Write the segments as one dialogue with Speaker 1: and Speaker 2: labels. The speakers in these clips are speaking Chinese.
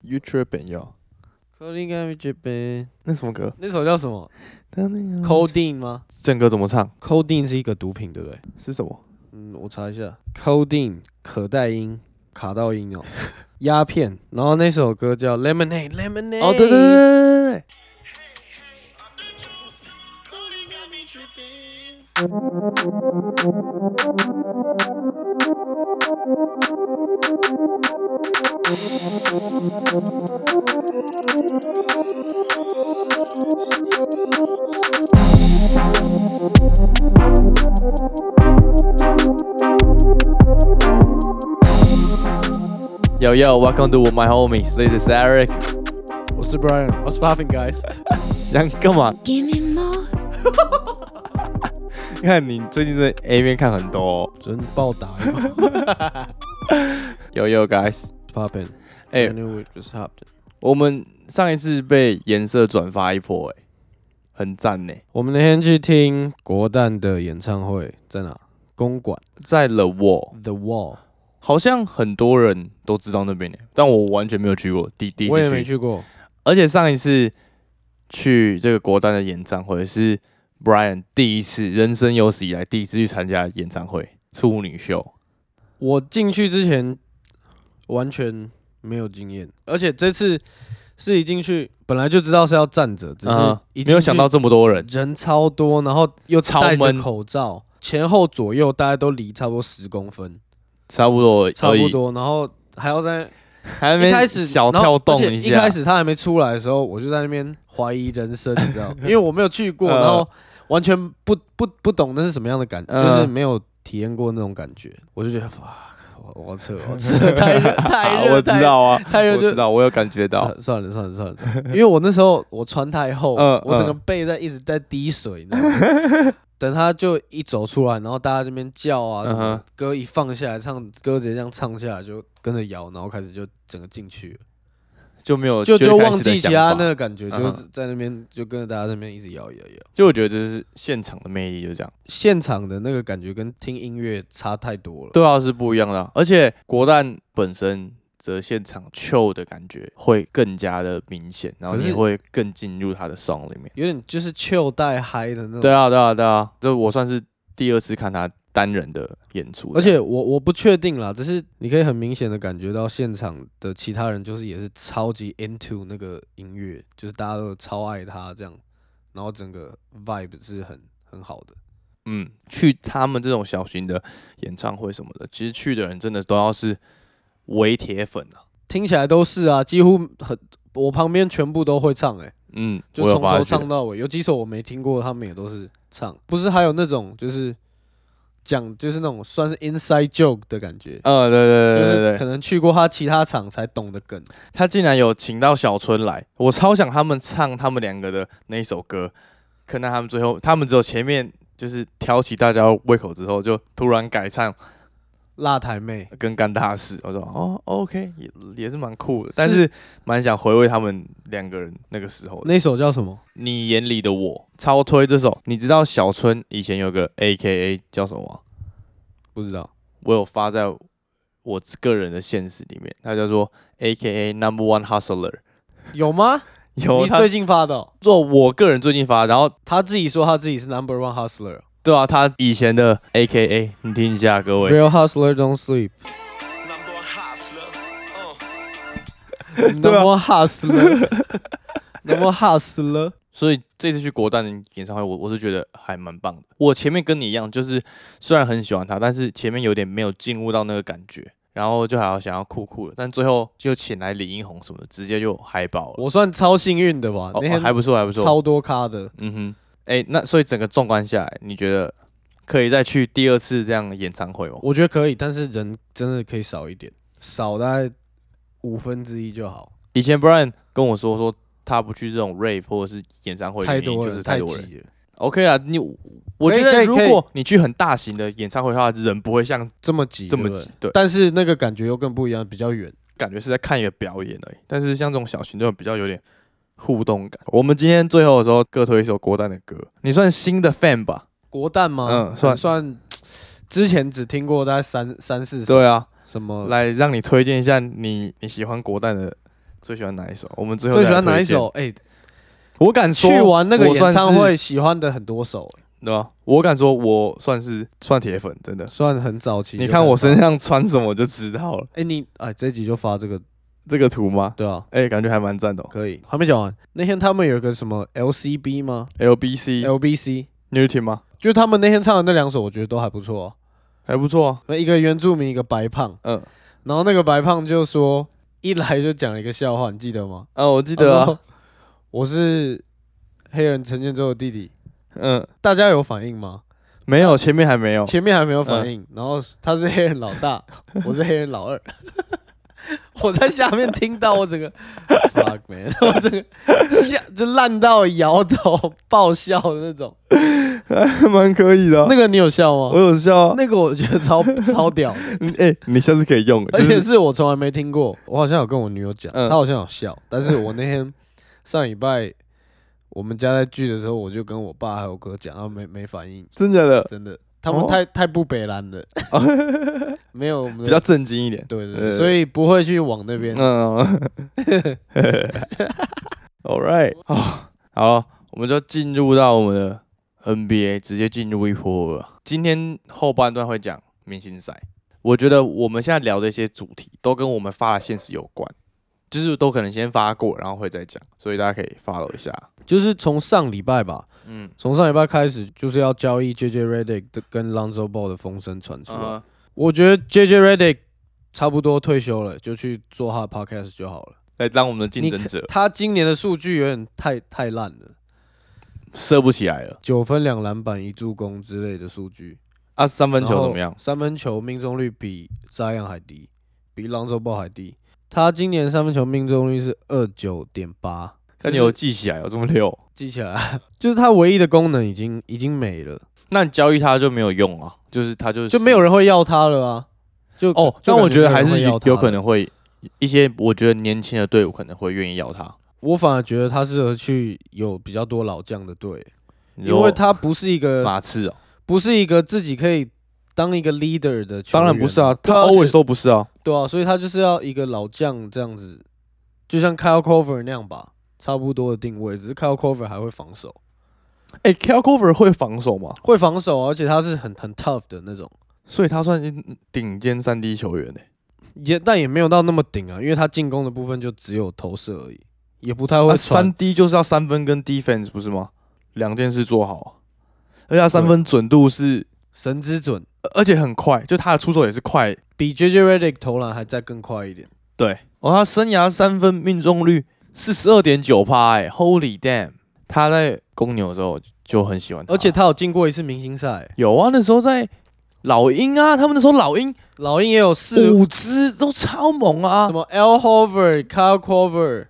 Speaker 1: You Trippin' Yo，
Speaker 2: Coding Got Me Drippin'，
Speaker 1: 那什么歌？
Speaker 2: 那首叫什么
Speaker 1: 他那个
Speaker 2: ？Codeine 吗
Speaker 1: 整个怎么唱？
Speaker 2: ？Codeine 嗯是一个毒品，对不对？
Speaker 1: 是什么？
Speaker 2: 嗯，我查一下，Codeine 可待因，卡到因哦， 鸦片。然后那首歌叫 Lemonade Lemonade。
Speaker 1: 哦，对对对对对对对。Yo yo, welcome to my homies. This is Eric.
Speaker 2: 我是 Brian，我是 Puffin Guys。
Speaker 1: 想干嘛？
Speaker 3: Give me more.
Speaker 1: 看 你最近在 A 面看很多、 哦。
Speaker 2: 真暴打
Speaker 1: Yo yo guys，
Speaker 2: Puffin。
Speaker 1: 哎、
Speaker 2: I knew it was happened。
Speaker 1: 我们上一次被颜色转发一波、哎，很赞呢、
Speaker 2: 我们那天去听国蛋的演唱会，在哪？公馆
Speaker 1: 在 The Wall，
Speaker 2: The Wall。
Speaker 1: 好像很多人都知道那边呢、但我完全没有去过，第第一
Speaker 2: 我也没
Speaker 1: 次去。
Speaker 2: 去过。
Speaker 1: 而且上一次去这个国丹的演唱会是 Brian 第一次，人生有史以来第一次去参加演唱会，处女秀。
Speaker 2: 我进去之前完全没有经验，而且这次是一进去本来就知道是要站着，只是
Speaker 1: 啊
Speaker 2: 一进去
Speaker 1: 没有想到这么多人，
Speaker 2: 人超多，然后又
Speaker 1: 超
Speaker 2: 戴着
Speaker 1: 闷
Speaker 2: 口罩，前后左右大家都离差不多十公分，
Speaker 1: 差不多而已，
Speaker 2: 差不多，然后还要在
Speaker 1: 还没
Speaker 2: 一开始
Speaker 1: 小
Speaker 2: 然
Speaker 1: 跳
Speaker 2: 后
Speaker 1: 动
Speaker 2: 而且
Speaker 1: 一
Speaker 2: 一
Speaker 1: 下，
Speaker 2: 开始他还没出来的时候，我就在那边怀疑人生，你知道吗，因为我没有去过，
Speaker 1: 呃
Speaker 2: 然后完全不不不懂那是什么样的感，
Speaker 1: 嗯
Speaker 2: 就是没有体验过那种感觉，我就觉得哇，我我要撤，我要撤，太热太热，
Speaker 1: 我知道啊，
Speaker 2: 太热
Speaker 1: 我知
Speaker 2: 就。
Speaker 1: 道，我有感觉到。
Speaker 2: 算算了算了算了算了，因为我那时候我穿太厚，
Speaker 1: 嗯
Speaker 2: 我整个
Speaker 1: 嗯
Speaker 2: 背在一直在滴水，你知道吗？等他就一走出来，然后大家这边叫啊什么的
Speaker 1: 嗯哼
Speaker 2: 歌一放下来，唱歌直接这样唱下来，就跟着摇，然后开始就整个进去了。
Speaker 1: 就没有
Speaker 2: 就
Speaker 1: 一
Speaker 2: 就
Speaker 1: 开
Speaker 2: 忘
Speaker 1: 始的
Speaker 2: 记其
Speaker 1: 想
Speaker 2: 他
Speaker 1: 法
Speaker 2: 那个感觉，
Speaker 1: 嗯
Speaker 2: 就
Speaker 1: 哼
Speaker 2: 是在那边就跟着大家在那边一直摇摇摇。
Speaker 1: 就我觉得这是现场的魅力，就这样。
Speaker 2: 现场的那个感觉跟听音乐差太多了。
Speaker 1: 对啊，是不一样的啊、而且国蛋本身则现场 chill 的感觉会更加的明显，然后
Speaker 2: 可是
Speaker 1: 你会更进入他的 song 里面。
Speaker 2: 有点就是 chill 带嗨的那种。
Speaker 1: 对啊，对啊，对啊，这我算是第二次看他单人的演出，
Speaker 2: 而且我我不确定啦，只是你可以很明显的感觉到现场的其他人就是也是超级 into 那个音乐，就是大家都超爱他这样，然后整个 vibe 是很很好的。
Speaker 1: 嗯，去他们这种小型的演唱会什么的，其实去的人真的都要是伪铁粉啊。
Speaker 2: 听起来都是啊，几乎很我旁边全部都会唱哎、
Speaker 1: 嗯，
Speaker 2: 就
Speaker 1: 我有
Speaker 2: 从
Speaker 1: 发觉
Speaker 2: 头唱到尾，有几首我没听过，他们也都是唱。不是还有那种就是讲就是那种算是 inside joke 的感觉，
Speaker 1: 嗯，对对对对对，
Speaker 2: 就是可能去过他其他场才懂的梗。
Speaker 1: 他竟然有请到小春来，我超想他们唱他们两个的那一首歌，可能他们最后，他们只有前面就是挑起大家胃口之后，就突然改唱
Speaker 2: 辣台妹，
Speaker 1: 跟干大事。我说哦，OK，也也是蛮酷的，但是蛮想回味他们两个人那个时候的。
Speaker 2: 那首叫什么？
Speaker 1: 你眼里的我，超推这首。你知道小春以前有个 AKA 叫什么吗？
Speaker 2: 不知道。
Speaker 1: 我有发在我个人的现实里面，他叫做 AKA Number One Hustler。
Speaker 2: 有吗？
Speaker 1: 有
Speaker 2: 你
Speaker 1: 他
Speaker 2: 最近发的哦、
Speaker 1: 做我个人最近发，然后
Speaker 2: 他自己说他自己是 number one hustler。
Speaker 1: 对啊，他以前的 A K A，你听一下，各位。
Speaker 2: Real hustler don't sleep.
Speaker 4: Number one hustler. Uh.
Speaker 1: 啊
Speaker 2: Number one hustler. Number one hustler.
Speaker 1: 所以这次去国蛋的演唱会，我我是觉得还蛮棒的。我前面跟你一样，就是虽然很喜欢他，但是前面有点没有进入到那个感觉，然后就还要想要酷酷的，但最后就请来李英红什么的，直接就嗨爆了。
Speaker 2: 我算超幸运的吧，
Speaker 1: 哦，
Speaker 2: 那
Speaker 1: 哦
Speaker 2: 天
Speaker 1: 还不错，还不错。
Speaker 2: 超多咖的。
Speaker 1: 嗯哼，哎、那所以整个纵观下来，你觉得可以再去第二次这样的演唱会吗？
Speaker 2: 我觉得可以，但是人真的可以少一点，少大概五分之一就好。
Speaker 1: 以前 Brian 跟我说说他不去这种 rave 或者是演唱会，
Speaker 2: 太
Speaker 1: 原
Speaker 2: 多
Speaker 1: 因就
Speaker 2: 人，
Speaker 1: 是
Speaker 2: 太
Speaker 1: 太多人。
Speaker 2: 挤了。
Speaker 1: OK 啦，你我
Speaker 2: 可以
Speaker 1: 觉
Speaker 2: 可
Speaker 1: 得
Speaker 2: 以
Speaker 1: 如
Speaker 2: 可以
Speaker 1: 果你去很大型的演唱会的话，人不会像
Speaker 2: 这么挤，
Speaker 1: 这么
Speaker 2: 对不对
Speaker 1: 挤，对，
Speaker 2: 但是那个感觉又更不一样，比较远。
Speaker 1: 感觉是在看一个表演而已。但是像这种小型就比较有点互动感。我们今天最后的时候各推一首国蛋的歌，你算新的 fan 吧？
Speaker 2: 国蛋吗？
Speaker 1: 嗯算
Speaker 2: 算，之前只听过大概三三四首，
Speaker 1: 对啊，
Speaker 2: 什么
Speaker 1: 来让你推荐一下你你喜欢国蛋的最喜欢哪一首？我们最后
Speaker 2: 最
Speaker 1: 再
Speaker 2: 喜
Speaker 1: 来
Speaker 2: 欢哪
Speaker 1: 推
Speaker 2: 一
Speaker 1: 荐？
Speaker 2: 首？哎，
Speaker 1: 我敢说，
Speaker 2: 去完那个
Speaker 1: 我
Speaker 2: 演
Speaker 1: 算
Speaker 2: 唱
Speaker 1: 是
Speaker 2: 会，喜欢的很多首，
Speaker 1: 对吧？我敢说，我算是算铁粉，真的。
Speaker 2: 算很早期。
Speaker 1: 你看我身，上穿什么就知道了。
Speaker 2: 哎，你哎这集就发这个，
Speaker 1: 这个图吗？
Speaker 2: 对啊，
Speaker 1: 哎、感觉还蛮赞的、哦。
Speaker 2: 可以。还没讲完，那天他们有个什么 LCB 吗
Speaker 1: LBC，
Speaker 2: ？LBC，
Speaker 1: 你有听吗？
Speaker 2: 就他们那天唱的那两首，我觉得都还不错哦。
Speaker 1: 还不错啊。
Speaker 2: 那一个原住民，一个白胖，
Speaker 1: 嗯，
Speaker 2: 然后那个白胖就说，一来就讲了一个笑话，你记得吗？
Speaker 1: 啊，我记得
Speaker 2: 他说
Speaker 1: 啊。
Speaker 2: 我是黑人陈建州的弟弟，
Speaker 1: 嗯，
Speaker 2: 大家有反应吗？
Speaker 1: 没有，前面还没有。
Speaker 2: 前面还没有反
Speaker 1: 嗯
Speaker 2: 应，然后他是黑人老大， 我是黑人老二。 我在下面听到我整个 fuck man，我 整个吓就烂到摇头爆笑的那种。
Speaker 1: 还 蛮可以的啊、
Speaker 2: 那个你有笑
Speaker 1: 我
Speaker 2: 吗？
Speaker 1: 有笑啊。
Speaker 2: 那个我觉得超超屌的，
Speaker 1: 嗯哎、你下次可以用，就
Speaker 2: 而且
Speaker 1: 是
Speaker 2: 是我从来没听过。我好像有跟我女友讲，
Speaker 1: 嗯
Speaker 2: 她好像有笑，但是我那天上礼拜我们家在聚的时候，我就跟我爸还有哥讲，他们没没反应，
Speaker 1: 真假 的，
Speaker 2: 真的，他们
Speaker 1: 哦
Speaker 2: 太、太不北蓝了，没有我们的
Speaker 1: 比较震惊一点。
Speaker 2: 对对
Speaker 1: 呃
Speaker 2: 对，所以不会去往那边。
Speaker 1: 嗯 ，All right，啊，好，我们就进入到我们的 NBA，直接进入一波了。今天后半段会讲明星赛，我觉得我们现在聊的一些主题都跟我们发的现实有关，就是都可能先发过，然后会再讲，所以大家可以 follow 一下。
Speaker 2: 就是从上礼拜吧，
Speaker 1: 嗯，
Speaker 2: 从上礼拜开始，就是要交易 JJ Redick 的跟 Lonzo Ball 的风声传出来。
Speaker 1: 呃，
Speaker 2: 我觉得 JJ Redick 差不多退休了，就去做他的 podcast 就好了。
Speaker 1: 来当我们的竞
Speaker 2: 你
Speaker 1: 争
Speaker 2: 可
Speaker 1: 者，
Speaker 2: 他今年的数据有点太太烂了，
Speaker 1: 射不起来了
Speaker 2: 九分、两篮板、一助攻之类的数据。
Speaker 1: 啊！三分球怎么
Speaker 2: 然后
Speaker 1: 样？
Speaker 2: 三分球命中率比扎样还低，比 Lonzo Ball 还低。他今年三分球命中率是二九点八，
Speaker 1: 看你有记起来有这么溜，
Speaker 2: 记起来啊， 就是他唯一的功能已经已经没了，
Speaker 1: 那你交易他就没有用啊，就是他就是
Speaker 2: 就没有人会要他了啊。就
Speaker 1: 哦，
Speaker 2: 就
Speaker 1: 但
Speaker 2: 感
Speaker 1: 我觉得还是
Speaker 2: 没有人会
Speaker 1: 有
Speaker 2: 要他
Speaker 1: 有
Speaker 2: 了
Speaker 1: 可。能会一些，我觉得年轻的队伍可能会愿意要他，
Speaker 2: 我反而觉得他适合去有比较多老将的队，
Speaker 1: 你
Speaker 2: 因
Speaker 1: 说
Speaker 2: 为他不是 一个
Speaker 1: 马刺哦，
Speaker 2: 不是一个自己可以当一个 leader 的球
Speaker 1: 当
Speaker 2: 员。
Speaker 1: 然不是啊，
Speaker 2: 对
Speaker 1: 他
Speaker 2: 而且
Speaker 1: always 都不是啊，
Speaker 2: 对啊，所以他就是要一个老将这样子，就像 Kyle Cover 那样吧，差不多的定位，只是 Kyle Cover 还会防守，
Speaker 1: 哎 k a l Cover 会防守吗？
Speaker 2: 会防守，而且他是很很 tough 的那种，
Speaker 1: 所以他算是顶尖三 D 球员欸呢、
Speaker 2: 也但也没有到那么顶啊，因为他进攻的部分就只有投射而已，也不太会
Speaker 1: 那啊
Speaker 2: 传。
Speaker 1: 三 D 就是要三分跟 defense 不是吗？两件事做好，啊而且他三分准度是，
Speaker 2: 神之准，
Speaker 1: 呃而且很快，就他的出手也是快。
Speaker 2: 比 JJ Redick 投篮还再更快一点。
Speaker 1: 对，哦，他生涯三分命中率四十二点九趴，哎、h o l y damn！他在公牛的时候就很喜欢他，
Speaker 2: 而且他有进过一次明星赛，
Speaker 1: 有啊，那时候在老鹰啊，他们那时候老鹰
Speaker 2: 老鹰也有四、
Speaker 1: 五支都超猛啊
Speaker 2: 什么 L Hover、Kyle Cover，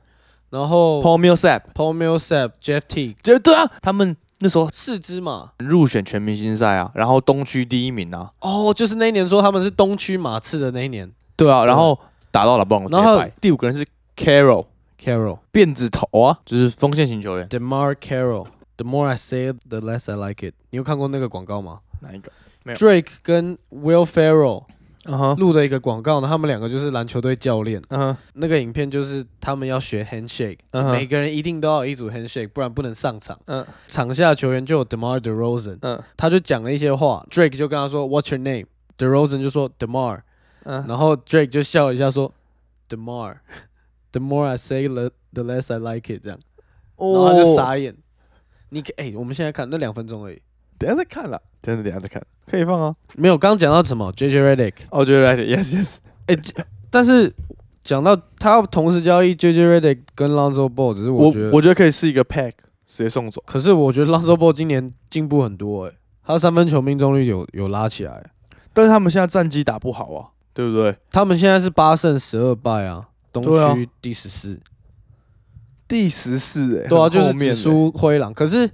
Speaker 2: 然后
Speaker 1: ，Paul Millsap，
Speaker 2: Paul Millsap、Jeff T
Speaker 1: 就对啊，他们那时候
Speaker 2: 四支嘛。
Speaker 1: 入选全明星赛啊，然后东区第一名啊，
Speaker 2: 哦，就是那一年说他们是东区马刺的那一年。
Speaker 1: 对啊，
Speaker 2: 对
Speaker 1: 然后打到了棒球
Speaker 2: 然后
Speaker 1: 败。第五个人是 Carroll
Speaker 2: Carroll,
Speaker 1: 辫子头啊，就是锋线型球员，
Speaker 2: Demar Carroll. The more I say it, the less I like it. 你有看过那个广告吗
Speaker 1: 哪一个？没有
Speaker 2: ？Drake 跟 Will Ferrell
Speaker 1: 嗯哼，
Speaker 2: 录的一个广告呢，他们两个就是篮球队教练。
Speaker 1: 嗯
Speaker 2: 那个影片就是他们要学 handshake，、
Speaker 1: 嗯哼
Speaker 2: 每个人一定都要有一组 handshake，不然不能上场。
Speaker 1: 嗯
Speaker 2: 场下球员就有 Demar Derozan，
Speaker 1: 嗯
Speaker 2: 他就讲了一些话，Drake 就跟他说 What's your name？Derozan 就说 Demar，
Speaker 1: 嗯，
Speaker 2: 然后 Drake 就笑了一下说 Demar。The more I say, the the less I like it。这样，
Speaker 1: 哦
Speaker 2: 然后他就傻眼。你可哎、我们现在看那两分钟而已，
Speaker 1: 等一下再看了，真的等一下再看，可以放啊。
Speaker 2: 没有。刚刚讲到什么 JJ Redick，
Speaker 1: 哦，觉得 right yes yes，
Speaker 2: 但是讲到他同时交易 JJ Redick 跟 Lonzo Ball，只是
Speaker 1: 我
Speaker 2: 我觉得，
Speaker 1: 我觉得可以是一个 pack 直接送走。
Speaker 2: 可是我觉得 Lonzo Ball 今年进步很多哎、他三分球命中率有有拉起来。
Speaker 1: 但是他们现在战绩打不好啊，对不对？
Speaker 2: 他们现在是八胜十二败啊，东
Speaker 1: 对啊
Speaker 2: 区第十四。
Speaker 1: 第十四哎，
Speaker 2: 对啊，
Speaker 1: 很
Speaker 2: 就
Speaker 1: 后
Speaker 2: 是
Speaker 1: 面
Speaker 2: 只
Speaker 1: 欸
Speaker 2: 输灰狼。可是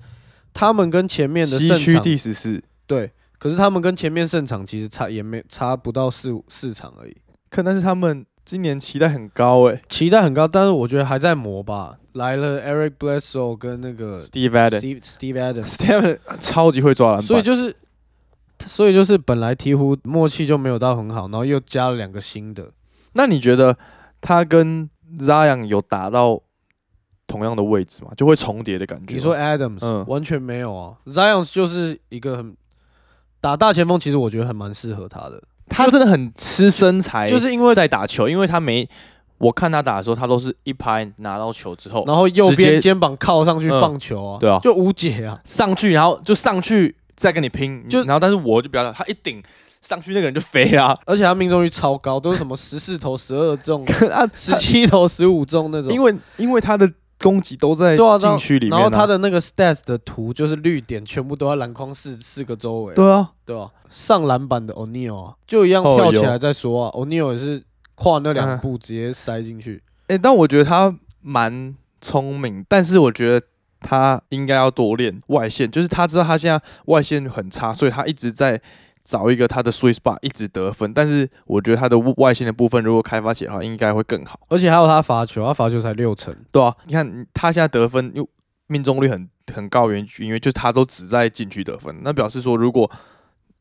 Speaker 2: 他们跟前面的
Speaker 1: 西
Speaker 2: 胜
Speaker 1: 区
Speaker 2: 场
Speaker 1: 第十四，
Speaker 2: 对，可是他们跟前面胜场其实差也没差不到四五四场而已，
Speaker 1: 可但是他们今年期待很高哎、
Speaker 2: 期待很高，但是我觉得还在磨吧。来了 Eric Bledsoe 跟那个
Speaker 1: s t e v e Adams，Steve
Speaker 2: Steve Steve Adams，
Speaker 1: Adams 超级会抓篮板，
Speaker 2: 所以就是所以就是本来鹈鹕默契就没有到很好，然后又加了两个新的，
Speaker 1: 那你觉得他跟 Zion 有打到同样的位置嘛，就会重叠的感觉吗。
Speaker 2: 你说 Adams、
Speaker 1: 嗯
Speaker 2: 完全没有啊，Zion 就是一个很打大前锋，其实我觉得还蛮适合他的，
Speaker 1: 他真的很吃身材，
Speaker 2: 就是因为
Speaker 1: 哎在打球，因为他没我看他打的时候，他都是一拍拿到球之后
Speaker 2: 然后右
Speaker 1: 直接
Speaker 2: 边肩膀靠上去
Speaker 1: 嗯
Speaker 2: 放球啊，
Speaker 1: 对啊
Speaker 2: 就无解啊，
Speaker 1: 上去，然后就上去再跟你拼，
Speaker 2: 就
Speaker 1: 就然后但是我就比较他一顶上去那个人就飞啊啦、
Speaker 2: 而且他命中率超高，都是什么十四投十二中、
Speaker 1: 啊，
Speaker 2: 十七投十五中那种，
Speaker 1: 因为因为他的攻击都在
Speaker 2: 对啊，
Speaker 1: 禁区里面、啊
Speaker 2: 然后他的那个 stats 的图就是绿点全部都在篮筐四四个周围，
Speaker 1: 对啊，
Speaker 2: 对吧？上篮板的 O'Neal 啊，就一样
Speaker 1: 哦
Speaker 2: 跳起
Speaker 1: 有
Speaker 2: 来再说啊，O'Neal 也是跨那两
Speaker 1: 嗯
Speaker 2: 步直接塞进去。
Speaker 1: 哎、但我觉得他蛮聪明，但是我觉得他应该要多练外线，就是他知道他现在外线很差，所以他一直在找一个他的 sweet spot，一直得分。但是我觉得他的外线的部分如果开发起来的话，应该会更好。
Speaker 2: 而且还有他罚球，他罚球才六成，
Speaker 1: 对啊，你看他现在得分又命中率很很高，原因因为就是他都只在禁区得分，那表示说如果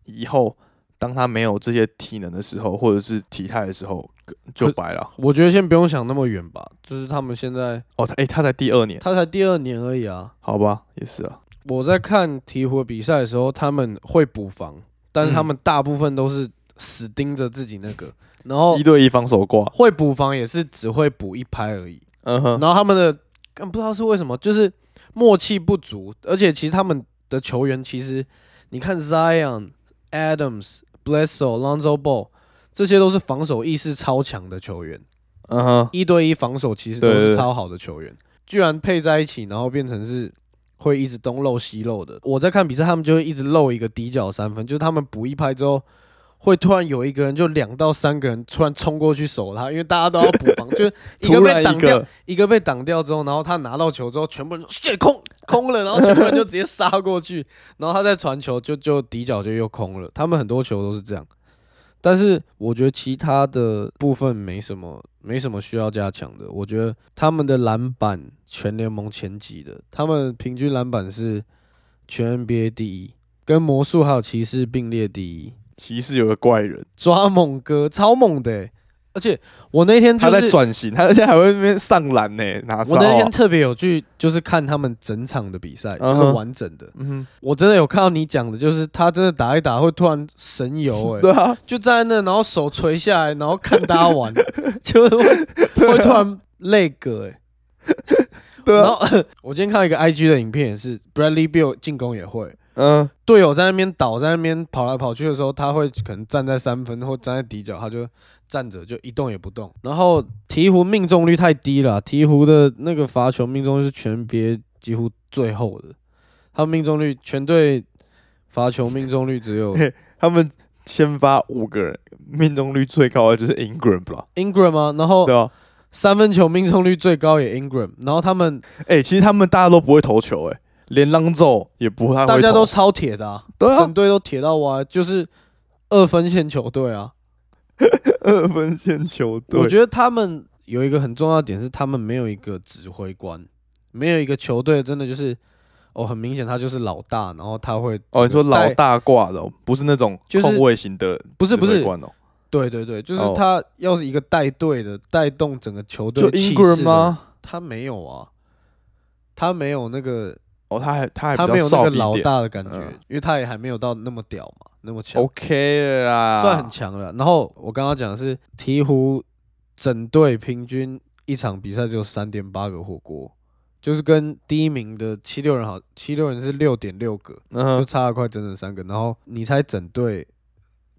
Speaker 1: 以后当他没有这些体能的时候，或者是体态的时候，就白了。
Speaker 2: 我觉得先不用想那么远吧，就是他们现在
Speaker 1: 哦，他诶、他才第二年，
Speaker 2: 他才第二年而已啊。
Speaker 1: 好吧，也是啊。
Speaker 2: 我在看鹈鹕的比赛的时候，他们会补防，但是他们大部分都是死盯着自己那个，然后
Speaker 1: 一对一防守挂，
Speaker 2: 会补防也是只会补一拍而已。
Speaker 1: 嗯哼，
Speaker 2: 然后他们的干不知道是为什么，就是默契不足，而且其实他们的球员其实你看 Zion、Adams、Blesso、Lonzo Ball 这些都是防守意识超强的球员，
Speaker 1: 嗯哼，
Speaker 2: 一对一防守其实都
Speaker 1: 对对
Speaker 2: 是
Speaker 1: 对
Speaker 2: 超好的球员，居然配在一起，然后变成是。会一直东漏西漏的。我在看比赛，他们就会一直漏一个底角三分，就是他们补一拍之后，会突然有一个人就两到三个人突然冲过去守他，因为大家都要补 防，就是一个
Speaker 1: 突
Speaker 2: 被
Speaker 1: 然
Speaker 2: 挡
Speaker 1: 一
Speaker 2: 掉，
Speaker 1: 个，
Speaker 2: 一个被挡掉之后，然后他拿到球之后，全部人血空空了，然后全部人就直接杀过去，然后他再传球就就底角就又空了。他们很多球都是这样，但是我觉得其他的部分没什么没什么需要加强的。我觉得他们的篮板全联盟前几的，他们平均篮板是全 NBA 第一，跟魔术还有骑士并列第一。
Speaker 1: 骑士有个怪人，
Speaker 2: 抓猛哥超猛的欸、而且我那天、就
Speaker 1: 他
Speaker 2: 是、
Speaker 1: 在转型，他现在还会在那边上篮呢，拿
Speaker 2: 我
Speaker 1: 招
Speaker 2: 那
Speaker 1: 啊
Speaker 2: 天。特别有去，就是看他们整场的比赛，就
Speaker 1: 嗯
Speaker 2: 是
Speaker 1: 哼
Speaker 2: 完整的。
Speaker 1: 嗯
Speaker 2: 我真的有看到你讲的，就是他真的打一打会突然神游，
Speaker 1: 哼，
Speaker 2: 哎，
Speaker 1: 对啊，
Speaker 2: 就站在那，然后手垂下来，然后看大家 玩，就是会会突然泪哥，哎。
Speaker 1: 啊对
Speaker 2: 然
Speaker 1: 啊，
Speaker 2: 后 我今天看到一个 IG 的影片，也是 Bradley Bill 进攻也会，
Speaker 1: 嗯，
Speaker 2: 队友在那边倒，在那边跑来跑去的时候，他会可能站在三分或站在底角，他就站着就一动也不动。然后鹈鹕命中率太低了，啊鹈鹕的那个罚球命中率是全别几乎最后的，他们命中率全队罚球命中率只 有
Speaker 1: 他们先发五个人，命中率最高的就是 Ingram 吧，
Speaker 2: Ingram 啊，然后
Speaker 1: 对啊，
Speaker 2: 三分球命中率最高也 Ingram，然后他们
Speaker 1: 哎、其实他们大家都不会投球、哎，连朗奏也不太会投。
Speaker 2: 大家都超铁的、啊，
Speaker 1: 对啊
Speaker 2: 整，队都铁到歪，就是二分线球队啊。
Speaker 1: 二分线球队。
Speaker 2: 我觉得他们有一个很重要的点是，他们没有一个指挥官，没有一个球队真的就是，哦，很明显他就是老大，然后他会
Speaker 1: 哦，你说
Speaker 2: 带
Speaker 1: 老大挂的、哦，不是那种
Speaker 2: 就是
Speaker 1: 控卫型的
Speaker 2: 不是不
Speaker 1: 指
Speaker 2: 是
Speaker 1: 挥，官哦，
Speaker 2: 对对对，就是
Speaker 1: 哦
Speaker 2: 他要是一个带队的，带动整个球队
Speaker 1: 就
Speaker 2: 气势
Speaker 1: Ingram
Speaker 2: 的
Speaker 1: 吗？
Speaker 2: 他没有啊，他没有那个，
Speaker 1: 哦，他还他还
Speaker 2: 他
Speaker 1: 比
Speaker 2: 没
Speaker 1: 较
Speaker 2: 有那
Speaker 1: 少
Speaker 2: 个
Speaker 1: 一
Speaker 2: 老
Speaker 1: 点
Speaker 2: 大的感觉，
Speaker 1: 嗯
Speaker 2: 因为他也还没有到那么屌嘛，那么强。
Speaker 1: ，OK 了啦，
Speaker 2: 算很强了。然后我刚刚讲的是鹈鹕整队平均一场比赛只有三点八个火锅，就是跟第一名的七六人好，七六人是六点六个，
Speaker 1: 嗯
Speaker 2: 就
Speaker 1: 哼
Speaker 2: 差了快整整三个。然后你猜整队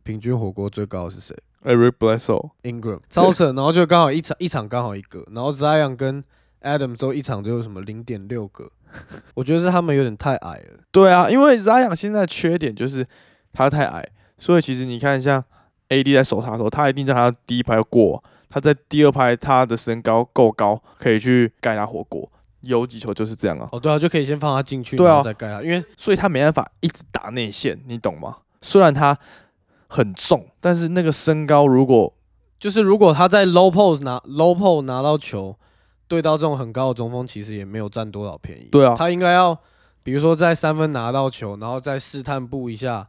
Speaker 2: 平均火锅最高的是谁
Speaker 1: ，Eric Blesso，
Speaker 2: ？Ingram 超扯，然后就刚好一场一场刚好一个，然后 Zion 跟 Adam 都一场就有什么零点六个， 我觉得是他们有点太矮了。
Speaker 1: 对啊，因为 Zion 现在的缺点就是他太矮，所以其实你看像 AD 在守他的时候，他一定让他第一拍过，他在第二拍他的身高够高，可以去盖他火锅，有几球就是这样啊。
Speaker 2: 哦，对啊，就可以先放他进去，
Speaker 1: 对啊
Speaker 2: 然后再盖他，因为
Speaker 1: 所以他没办法一直打内线，你懂吗？虽然他很重，但是那个身高如果
Speaker 2: 就是如果他在 low post 拿 low post 拿到球，对到这种很高的中锋，其实也没有占多少便宜。
Speaker 1: 对啊
Speaker 2: 他应该要比如说在三分拿到球，然后再试探步一下，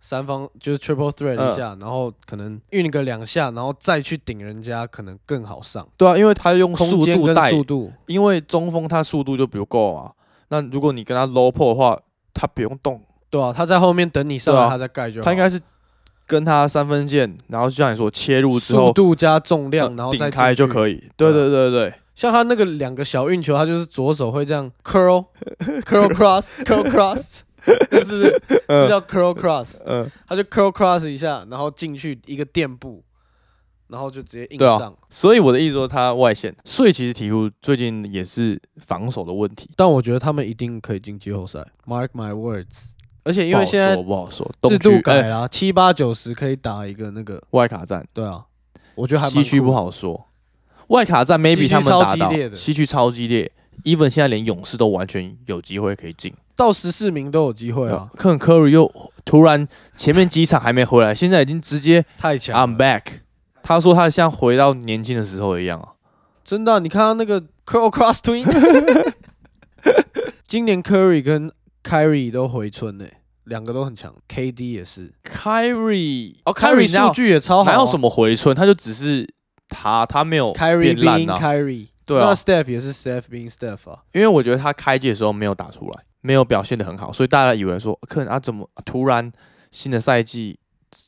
Speaker 2: 三方就是 triple threat
Speaker 1: 嗯
Speaker 2: 一下，然后可能运个两下，然后再去顶人家，可能更好上。
Speaker 1: 对啊，因为他用
Speaker 2: 空
Speaker 1: 速
Speaker 2: 间
Speaker 1: 度
Speaker 2: 跟
Speaker 1: 带
Speaker 2: 速度，
Speaker 1: 因为中锋他速度就不够嘛，那如果你跟他 low pull 的话，他不用动，
Speaker 2: 对啊，他在后面等你上
Speaker 1: 对
Speaker 2: 来，
Speaker 1: 啊
Speaker 2: 他再盖就好。
Speaker 1: 他应该是跟他三分线，然后就像你说切入之
Speaker 2: 速
Speaker 1: 后
Speaker 2: 度加重
Speaker 1: 呃
Speaker 2: 量，然后再
Speaker 1: 顶开就
Speaker 2: 以。
Speaker 1: 可以。对对对对，
Speaker 2: 像他那个两个小运球，他就是左手会这样 curl curl cross curl cross，那是不是是
Speaker 1: 嗯
Speaker 2: 叫 curl cross？
Speaker 1: 嗯，
Speaker 2: 他就 curl cross 一下，然后进去一个垫步，然后就直接硬
Speaker 1: 对啊
Speaker 2: 上。
Speaker 1: 所以我的意思说他外线，所以其实鹈鹕最近也是防守的问题，
Speaker 2: 但我觉得他们一定可以进季后赛，mark my words。而且因
Speaker 1: 不
Speaker 2: 为
Speaker 1: 好
Speaker 2: 现在
Speaker 1: 说不好说，
Speaker 2: 制
Speaker 1: 东
Speaker 2: 度
Speaker 1: 区
Speaker 2: 改
Speaker 1: 哎
Speaker 2: 啦，七八九十可以打一个那个，
Speaker 1: 外卡战，
Speaker 2: 对啊，我觉得还
Speaker 1: 西
Speaker 2: 蛮
Speaker 1: 区
Speaker 2: 酷
Speaker 1: 不
Speaker 2: 的，
Speaker 1: 好说，外卡战
Speaker 2: 西
Speaker 1: maybe
Speaker 2: 区
Speaker 1: 他们
Speaker 2: 超
Speaker 1: 打
Speaker 2: 激
Speaker 1: 到
Speaker 2: 烈的
Speaker 1: 西区超激烈，even 现在连勇士都完全有机会可以进。
Speaker 2: 到十四名都有机会啊，
Speaker 1: 克林 Curry 又突然前面几场还没回来，现在已经直接
Speaker 2: 太强
Speaker 1: I'm
Speaker 2: 了，
Speaker 1: back。他说他像回到年轻的时候一样啊。
Speaker 2: 真的啊、你看到那个 curl cross twin，今年 Curry 跟 Kyrie 都回春呢、两个都很强，KD 也是
Speaker 1: Kyrie 哦
Speaker 2: ，Kyrie
Speaker 1: 哪有
Speaker 2: 数据也超好、啊，
Speaker 1: 哪有什么回春？他就只是他他没有
Speaker 2: Kyrie
Speaker 1: 哦变
Speaker 2: being
Speaker 1: 烂啊。
Speaker 2: Kyrie，
Speaker 1: 对啊
Speaker 2: 那 Steph 也是 Steph being Steph 啊，
Speaker 1: 因为我觉得他开季的时候没有打出来，没有表现的很好，所以大家以为说可能啊怎么突然新的赛季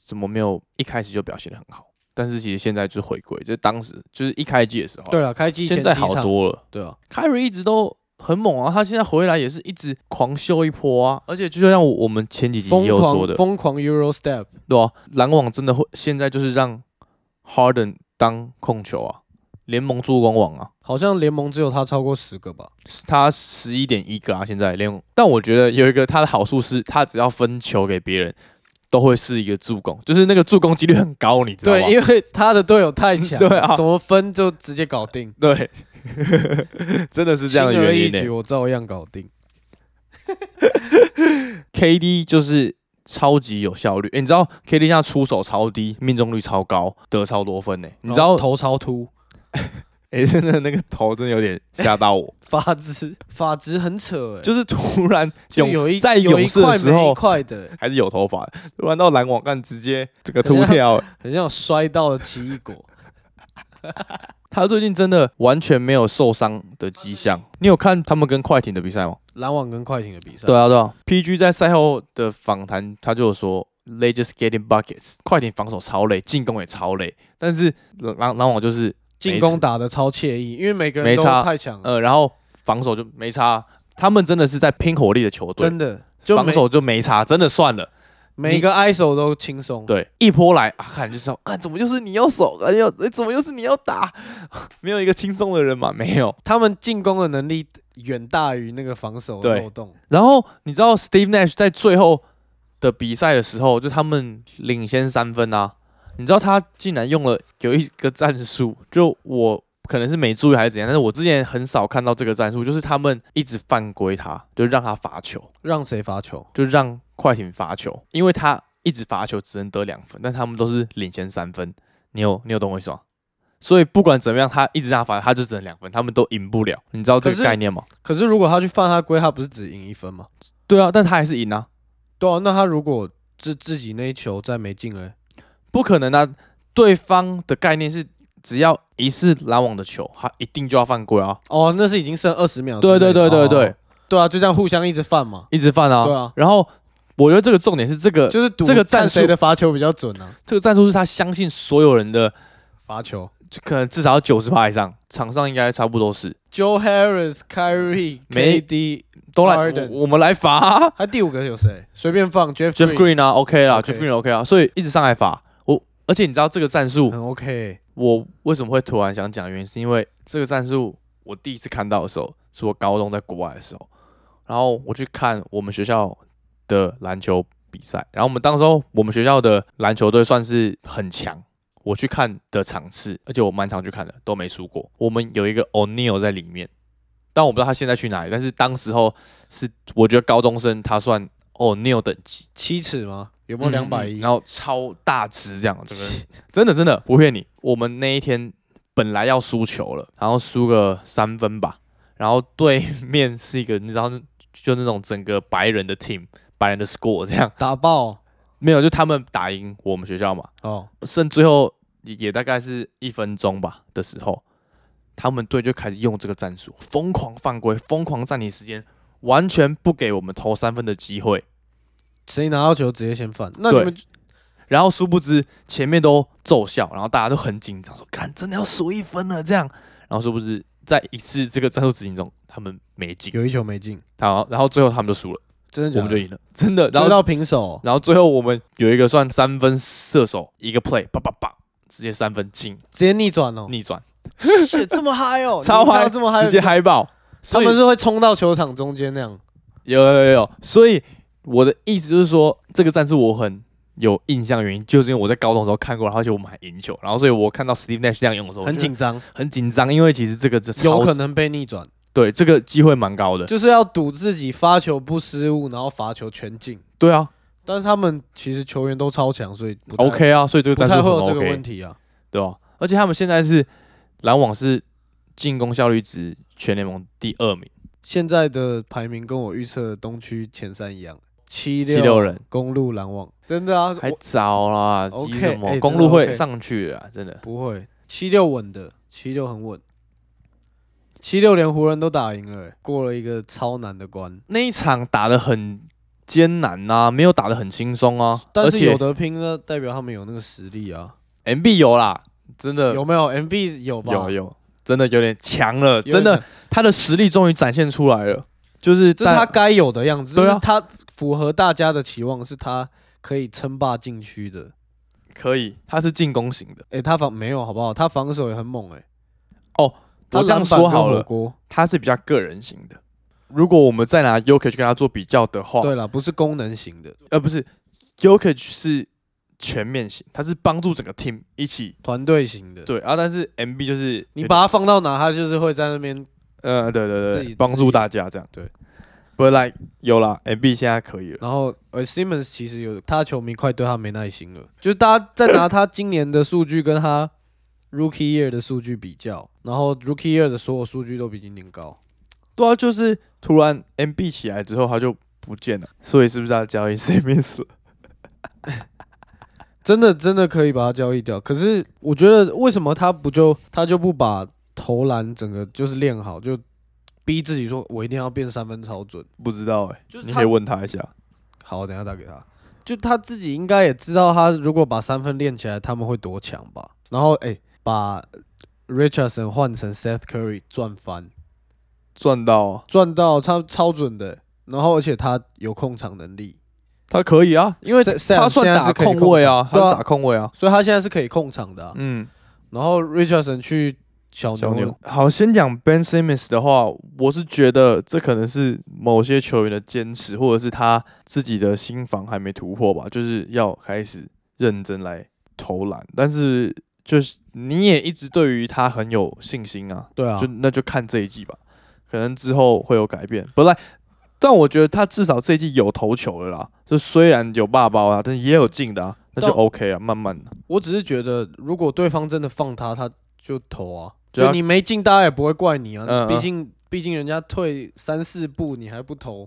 Speaker 1: 怎么没有一开始就表现的很好？但是其实现在就是回归，就是当时就是一开季的时候啊，
Speaker 2: 对了，开机前
Speaker 1: 现在
Speaker 2: 几
Speaker 1: 好
Speaker 2: 场，
Speaker 1: 多了。
Speaker 2: 对啊，
Speaker 1: 凯瑞一直都很猛啊，他现在回来也是一直狂秀一波啊，而且就像我我们前几集
Speaker 2: 疯
Speaker 1: 也有说
Speaker 2: 狂
Speaker 1: 的，
Speaker 2: 疯狂 Euro Step，
Speaker 1: 对啊，篮网真的会现在就是让 Harden 当控球啊，联盟助攻王啊，
Speaker 2: 好像联盟只有他超过十个吧，
Speaker 1: 他十一点一个啊，现在联盟，但我觉得有一个他的好处是，他只要分球给别人，都会是一个助攻，就是那个助攻几率很高，你知道吗？
Speaker 2: 对，因为他的队友太 强，
Speaker 1: 对啊
Speaker 2: 怎么分就直接搞定，
Speaker 1: 对， 真的是这
Speaker 2: 轻
Speaker 1: 样的
Speaker 2: 而
Speaker 1: 原
Speaker 2: 易
Speaker 1: 因呢、欸
Speaker 2: 举，我照样搞定。
Speaker 1: KD 就是超级有效率。欸诶你知道 KD 现在出手超低，命中率超高，得超多分呢、欸你知
Speaker 2: 然
Speaker 1: 道
Speaker 2: 后？哦头超秃，
Speaker 1: 诶，真的那个头真的有点吓到 我，
Speaker 2: 发质发质很扯哎、
Speaker 1: 就是突然
Speaker 2: 就
Speaker 1: 勇
Speaker 2: 有一
Speaker 1: 在
Speaker 2: 有一
Speaker 1: 勇士
Speaker 2: 块
Speaker 1: 的时
Speaker 2: 没一
Speaker 1: 候
Speaker 2: 块的欸，
Speaker 1: 还是有头发，突然到篮网干直接整个秃掉、欸。
Speaker 2: 很像有摔到了奇异果。
Speaker 1: 他最近真的完全没有受伤的迹象。你有看他们跟快艇的比赛吗？
Speaker 2: 篮网跟快艇的比赛，
Speaker 1: 对啊，对啊。PG 在赛后的访谈，他就有说，They just getting buckets。快艇防守超累，进攻也超累，但是篮篮网就是
Speaker 2: 进
Speaker 1: 没
Speaker 2: 攻
Speaker 1: 事
Speaker 2: 打得超惬意，因为每个人
Speaker 1: 没
Speaker 2: 都
Speaker 1: 差
Speaker 2: 太强了，
Speaker 1: 呃，然后防守就没差，他们真的是在拼火力的球队
Speaker 2: 真，的就
Speaker 1: 防
Speaker 2: 每
Speaker 1: 守就没差，真的算了。
Speaker 2: 每一个 ISO 都轻松。
Speaker 1: 对，一波来啊，看就知道，啊，怎么又是你要守，啊，要诶怎么又是你要打， 没有一个轻松的人嘛，没有。
Speaker 2: 他们进攻的能力远大于那个防守的
Speaker 1: 对
Speaker 2: 漏洞。
Speaker 1: 然后你知道 Steve Nash 在最后的比赛的时候，就他们领先三分啊，你知道他竟然用了有一个战术，就我可能是没注意还是怎样，但是我之前很少看到这个战术，就是他们一直犯规他，就让他罚球。
Speaker 2: 让谁罚球？
Speaker 1: 就让快艇罚球，因为他一直罚球只能得两分，但他们都是领先三分。你有你有懂我意思吗？所以不管怎么样，他一直让他罚，他就只能两分，他们都赢不了。你知道这
Speaker 2: 可
Speaker 1: 个
Speaker 2: 是
Speaker 1: 概念吗？
Speaker 2: 可是如果他去犯他规，他不是只赢一分吗？
Speaker 1: 对啊，但他还是赢啊，
Speaker 2: 对啊，那他如果自自己那一球再没进嘞，
Speaker 1: 不可能啊！对方的概念是，只要一是拦网的球，他一定就要犯规啊！
Speaker 2: 哦，那是已经剩二十秒之内
Speaker 1: 对
Speaker 2: 了。
Speaker 1: 对对对
Speaker 2: 哦
Speaker 1: 对，
Speaker 2: 对啊，就这样互相一直犯嘛，
Speaker 1: 一直犯啊！
Speaker 2: 对啊
Speaker 1: 然后我觉得这个重点是这个，
Speaker 2: 就是赌
Speaker 1: 呃这个
Speaker 2: 看
Speaker 1: 战术
Speaker 2: 谁的罚球比较准啊，
Speaker 1: 这个战术是他相信所有人的，
Speaker 2: 罚球。
Speaker 1: 就可能至少九十趴以上，场上应该差不多是
Speaker 2: Joe Harris、Kyrie、
Speaker 1: 没
Speaker 2: KD，
Speaker 1: 都来
Speaker 2: Harden
Speaker 1: 我我们来罚啊、
Speaker 2: 他第五个有谁？随便放 Jeff
Speaker 1: Jeff Green 啊，OK 啦
Speaker 2: OK
Speaker 1: j e f f Green OK 啊，所以一直上来罚我，而且你知道这个战术，
Speaker 2: 很 OK，
Speaker 1: 我为什么会突然想讲，原因是因为这个战术我第一次看到的时候，是我高中在国外的时候，然后我去看我们学校的篮球比赛，然后我们当时候我们学校的篮球队算是很强。我去看的场次，而且我蛮常去看的，都没输过。我们有一个 O'Neal 在里面，但我不知道他现在去哪里。但是当时候是，我觉得高中生他算 O'Neal 等级，
Speaker 2: 七尺吗？有没有两百
Speaker 1: 嗯
Speaker 2: 一
Speaker 1: 然？后超大只这样，这个真的真的不骗你。我们那一天本来要输球了，然后输个三分吧，然后对面是一个你知道，就那种整个白人的 team，白人的 score 这样，
Speaker 2: 打爆，
Speaker 1: 没有，就他们打赢我们学校嘛，
Speaker 2: 哦，
Speaker 1: 剩最后也也大概是一分钟吧的时候，他们队就开始用这个战术，疯狂犯规，疯狂占领时间，完全不给我们投三分的机会。
Speaker 2: 谁拿到球直接先犯。那你
Speaker 1: 对
Speaker 2: 们
Speaker 1: 然后殊不知前面都奏效，然后大家都很紧张，说看真的要输一分了这样。然后殊不知在一次这个战术执行中，他们没进，
Speaker 2: 有一球没进，
Speaker 1: 然后然后最后他们就输了，
Speaker 2: 真的假
Speaker 1: 我们
Speaker 2: 的？
Speaker 1: 就赢了，真的。然
Speaker 2: 追
Speaker 1: 后
Speaker 2: 到平手，
Speaker 1: 然后最后我们有一个算三分射手，一个 play，叭叭叭，直接三分进
Speaker 2: 直接 逆转哦！
Speaker 1: 逆转，
Speaker 2: 是这么嗨哦，
Speaker 1: 超
Speaker 2: 你们看
Speaker 1: 嗨
Speaker 2: 到这么嗨，
Speaker 1: 直接！嗨爆。
Speaker 2: 他
Speaker 1: 所以
Speaker 2: 们是会冲到球场中间那样。
Speaker 1: 有有有有，所以我的意思就是说，这个战术我很有印象，原因就是因为我在高中的时候看过，然后而且我们还赢球，然后所以我看到 Steve Nash 这样用的时候，
Speaker 2: 很紧张，
Speaker 1: 很紧张，因为其实这个这
Speaker 2: 有
Speaker 1: 超
Speaker 2: 可能被逆转，
Speaker 1: 对这个机会蛮高的，
Speaker 2: 就是要赌自己发球不失误，然后罚球全进。
Speaker 1: 对啊
Speaker 2: 但是他们其实球员都超强，所以不太
Speaker 1: ，OK 啊，所以这个
Speaker 2: 不
Speaker 1: 战术
Speaker 2: 太
Speaker 1: 很
Speaker 2: 会有这个
Speaker 1: OK，
Speaker 2: 问题啊。
Speaker 1: 对吧、而且他们现在是篮网是进攻效率值全联盟第二名，
Speaker 2: 现在的排名跟我预测的东区前三一样，七
Speaker 1: 七六人
Speaker 2: 公路篮网，真的啊，
Speaker 1: 还
Speaker 2: 我
Speaker 1: 早啦，
Speaker 2: OK，
Speaker 1: 急什
Speaker 2: 哎
Speaker 1: 么？
Speaker 2: 真
Speaker 1: 公
Speaker 2: 的
Speaker 1: 路会
Speaker 2: OK
Speaker 1: 上去啊，真的。
Speaker 2: 不会七六稳的，七六很稳。七六连湖人都打赢了、欸过了一个超难的关，
Speaker 1: 那一场打得很艰难呐、没有打得很轻松啊，而
Speaker 2: 但是
Speaker 1: 且
Speaker 2: 有得拼呢，代表他们有那个实力啊。
Speaker 1: MB 有啦，真的
Speaker 2: 有没有 MB 有吧？
Speaker 1: 呃有有，真的有点强了，
Speaker 2: 有
Speaker 1: 真
Speaker 2: 点
Speaker 1: 的，他的实力终于展现出来了，就是
Speaker 2: 这是他
Speaker 1: 但
Speaker 2: 该有的样子，就
Speaker 1: 对啊
Speaker 2: 是他符合大家的期望，是他可以称霸禁区的。
Speaker 1: 可以，他是进攻型的。
Speaker 2: 诶，他防没有好不好？他防守也很猛诶。欸
Speaker 1: 哦，
Speaker 2: 他
Speaker 1: 我这样
Speaker 2: 篮板
Speaker 1: 说
Speaker 2: 跟
Speaker 1: 好
Speaker 2: 火
Speaker 1: 了
Speaker 2: 锅
Speaker 1: 他是比较个人型的。如果我们再拿 y o k i 去跟他做比较的话，
Speaker 2: 对了，不是功能型的
Speaker 1: 呃，不是 y o k i 是全面型，他是帮助整个 team 一起
Speaker 2: 团队型的。
Speaker 1: 对啊，但是 MB 就是有
Speaker 2: 你
Speaker 1: 点
Speaker 2: 把他放到哪，他就是会在那边。
Speaker 1: 呃对
Speaker 2: 自
Speaker 1: 对
Speaker 2: 己
Speaker 1: 对帮
Speaker 2: 自己
Speaker 1: 助大家这样
Speaker 2: 对。
Speaker 1: But like 有啦，MB 现在可以了，
Speaker 2: 然后，呃，Simmons 其实有他球迷快对他没耐心了，就是大家在拿他今年的数据跟他 Rookie Year 的数据比较，然后 Rookie Year 的所有数据都比今年高。
Speaker 1: 对啊，就是突然 MB 起来之后他就不见了，所以是不是要交易 Simmons 了？
Speaker 2: 真的真的可以把它交易掉。可是我觉得为什么他不就他就不把投篮整个就是练好，就逼自己说我一定要变三分超准。
Speaker 1: 不知道哎、
Speaker 2: 就是
Speaker 1: 你
Speaker 2: 他
Speaker 1: 可以问他一下。
Speaker 2: 好，等一下打给他。就他自己应该也知道，他如果把三分练起来，他们会多强吧？然后哎、把 Richardson 换成 Seth Curry 赚翻，
Speaker 1: 赚到、啊，
Speaker 2: 赚到他超准的、然后而且他有控场能力，
Speaker 1: 他可以啊，因为
Speaker 2: Sa- Sam
Speaker 1: 他算
Speaker 2: 现在
Speaker 1: 打
Speaker 2: 是可以控
Speaker 1: 位啊，
Speaker 2: 场对啊
Speaker 1: 他是打控位啊，
Speaker 2: 所以他现在是可以控场的啊、
Speaker 1: 嗯，
Speaker 2: 然后 Richardson 去小
Speaker 1: 小
Speaker 2: 牛
Speaker 1: 牛。好，先讲 Ben Simmons 的话，我是觉得这可能是某些球员的坚持，或者是他自己的心防还没突破吧，就是要开始认真来投篮。但是就是你也一直对于他很有信心啊，
Speaker 2: 对啊，
Speaker 1: 就那就看这一季吧，可能之后会有改变。本来，但我觉得他至少这一季有投球了啦，就虽然有霸包啊，但是也有进的啊，那就
Speaker 2: 但
Speaker 1: OK 啊，慢慢的。
Speaker 2: 我只是觉得，如果对方真的放他，他就投啊，
Speaker 1: 对啊
Speaker 2: 就你没进，大家也不会怪你啊。
Speaker 1: 嗯嗯
Speaker 2: 毕竟毕竟人家退三四步，你还不投，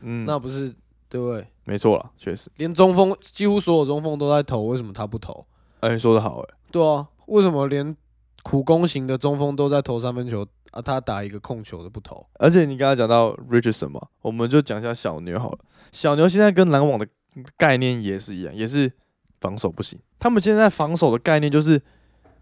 Speaker 1: 嗯，
Speaker 2: 那不是对不对？
Speaker 1: 没错了，确实，
Speaker 2: 连中锋几乎所有中锋都在投，为什么他不投？
Speaker 1: 哎、你说的好、哎，
Speaker 2: 对啊，为什么连苦攻型的中锋都在投三分球啊？他打一个控球的不投，
Speaker 1: 而且你刚才讲到 Richardson 嘛，我们就讲一下小牛好了。小牛现在跟篮网的概念也是一样，也是防守不行。他们现在防守的概念就是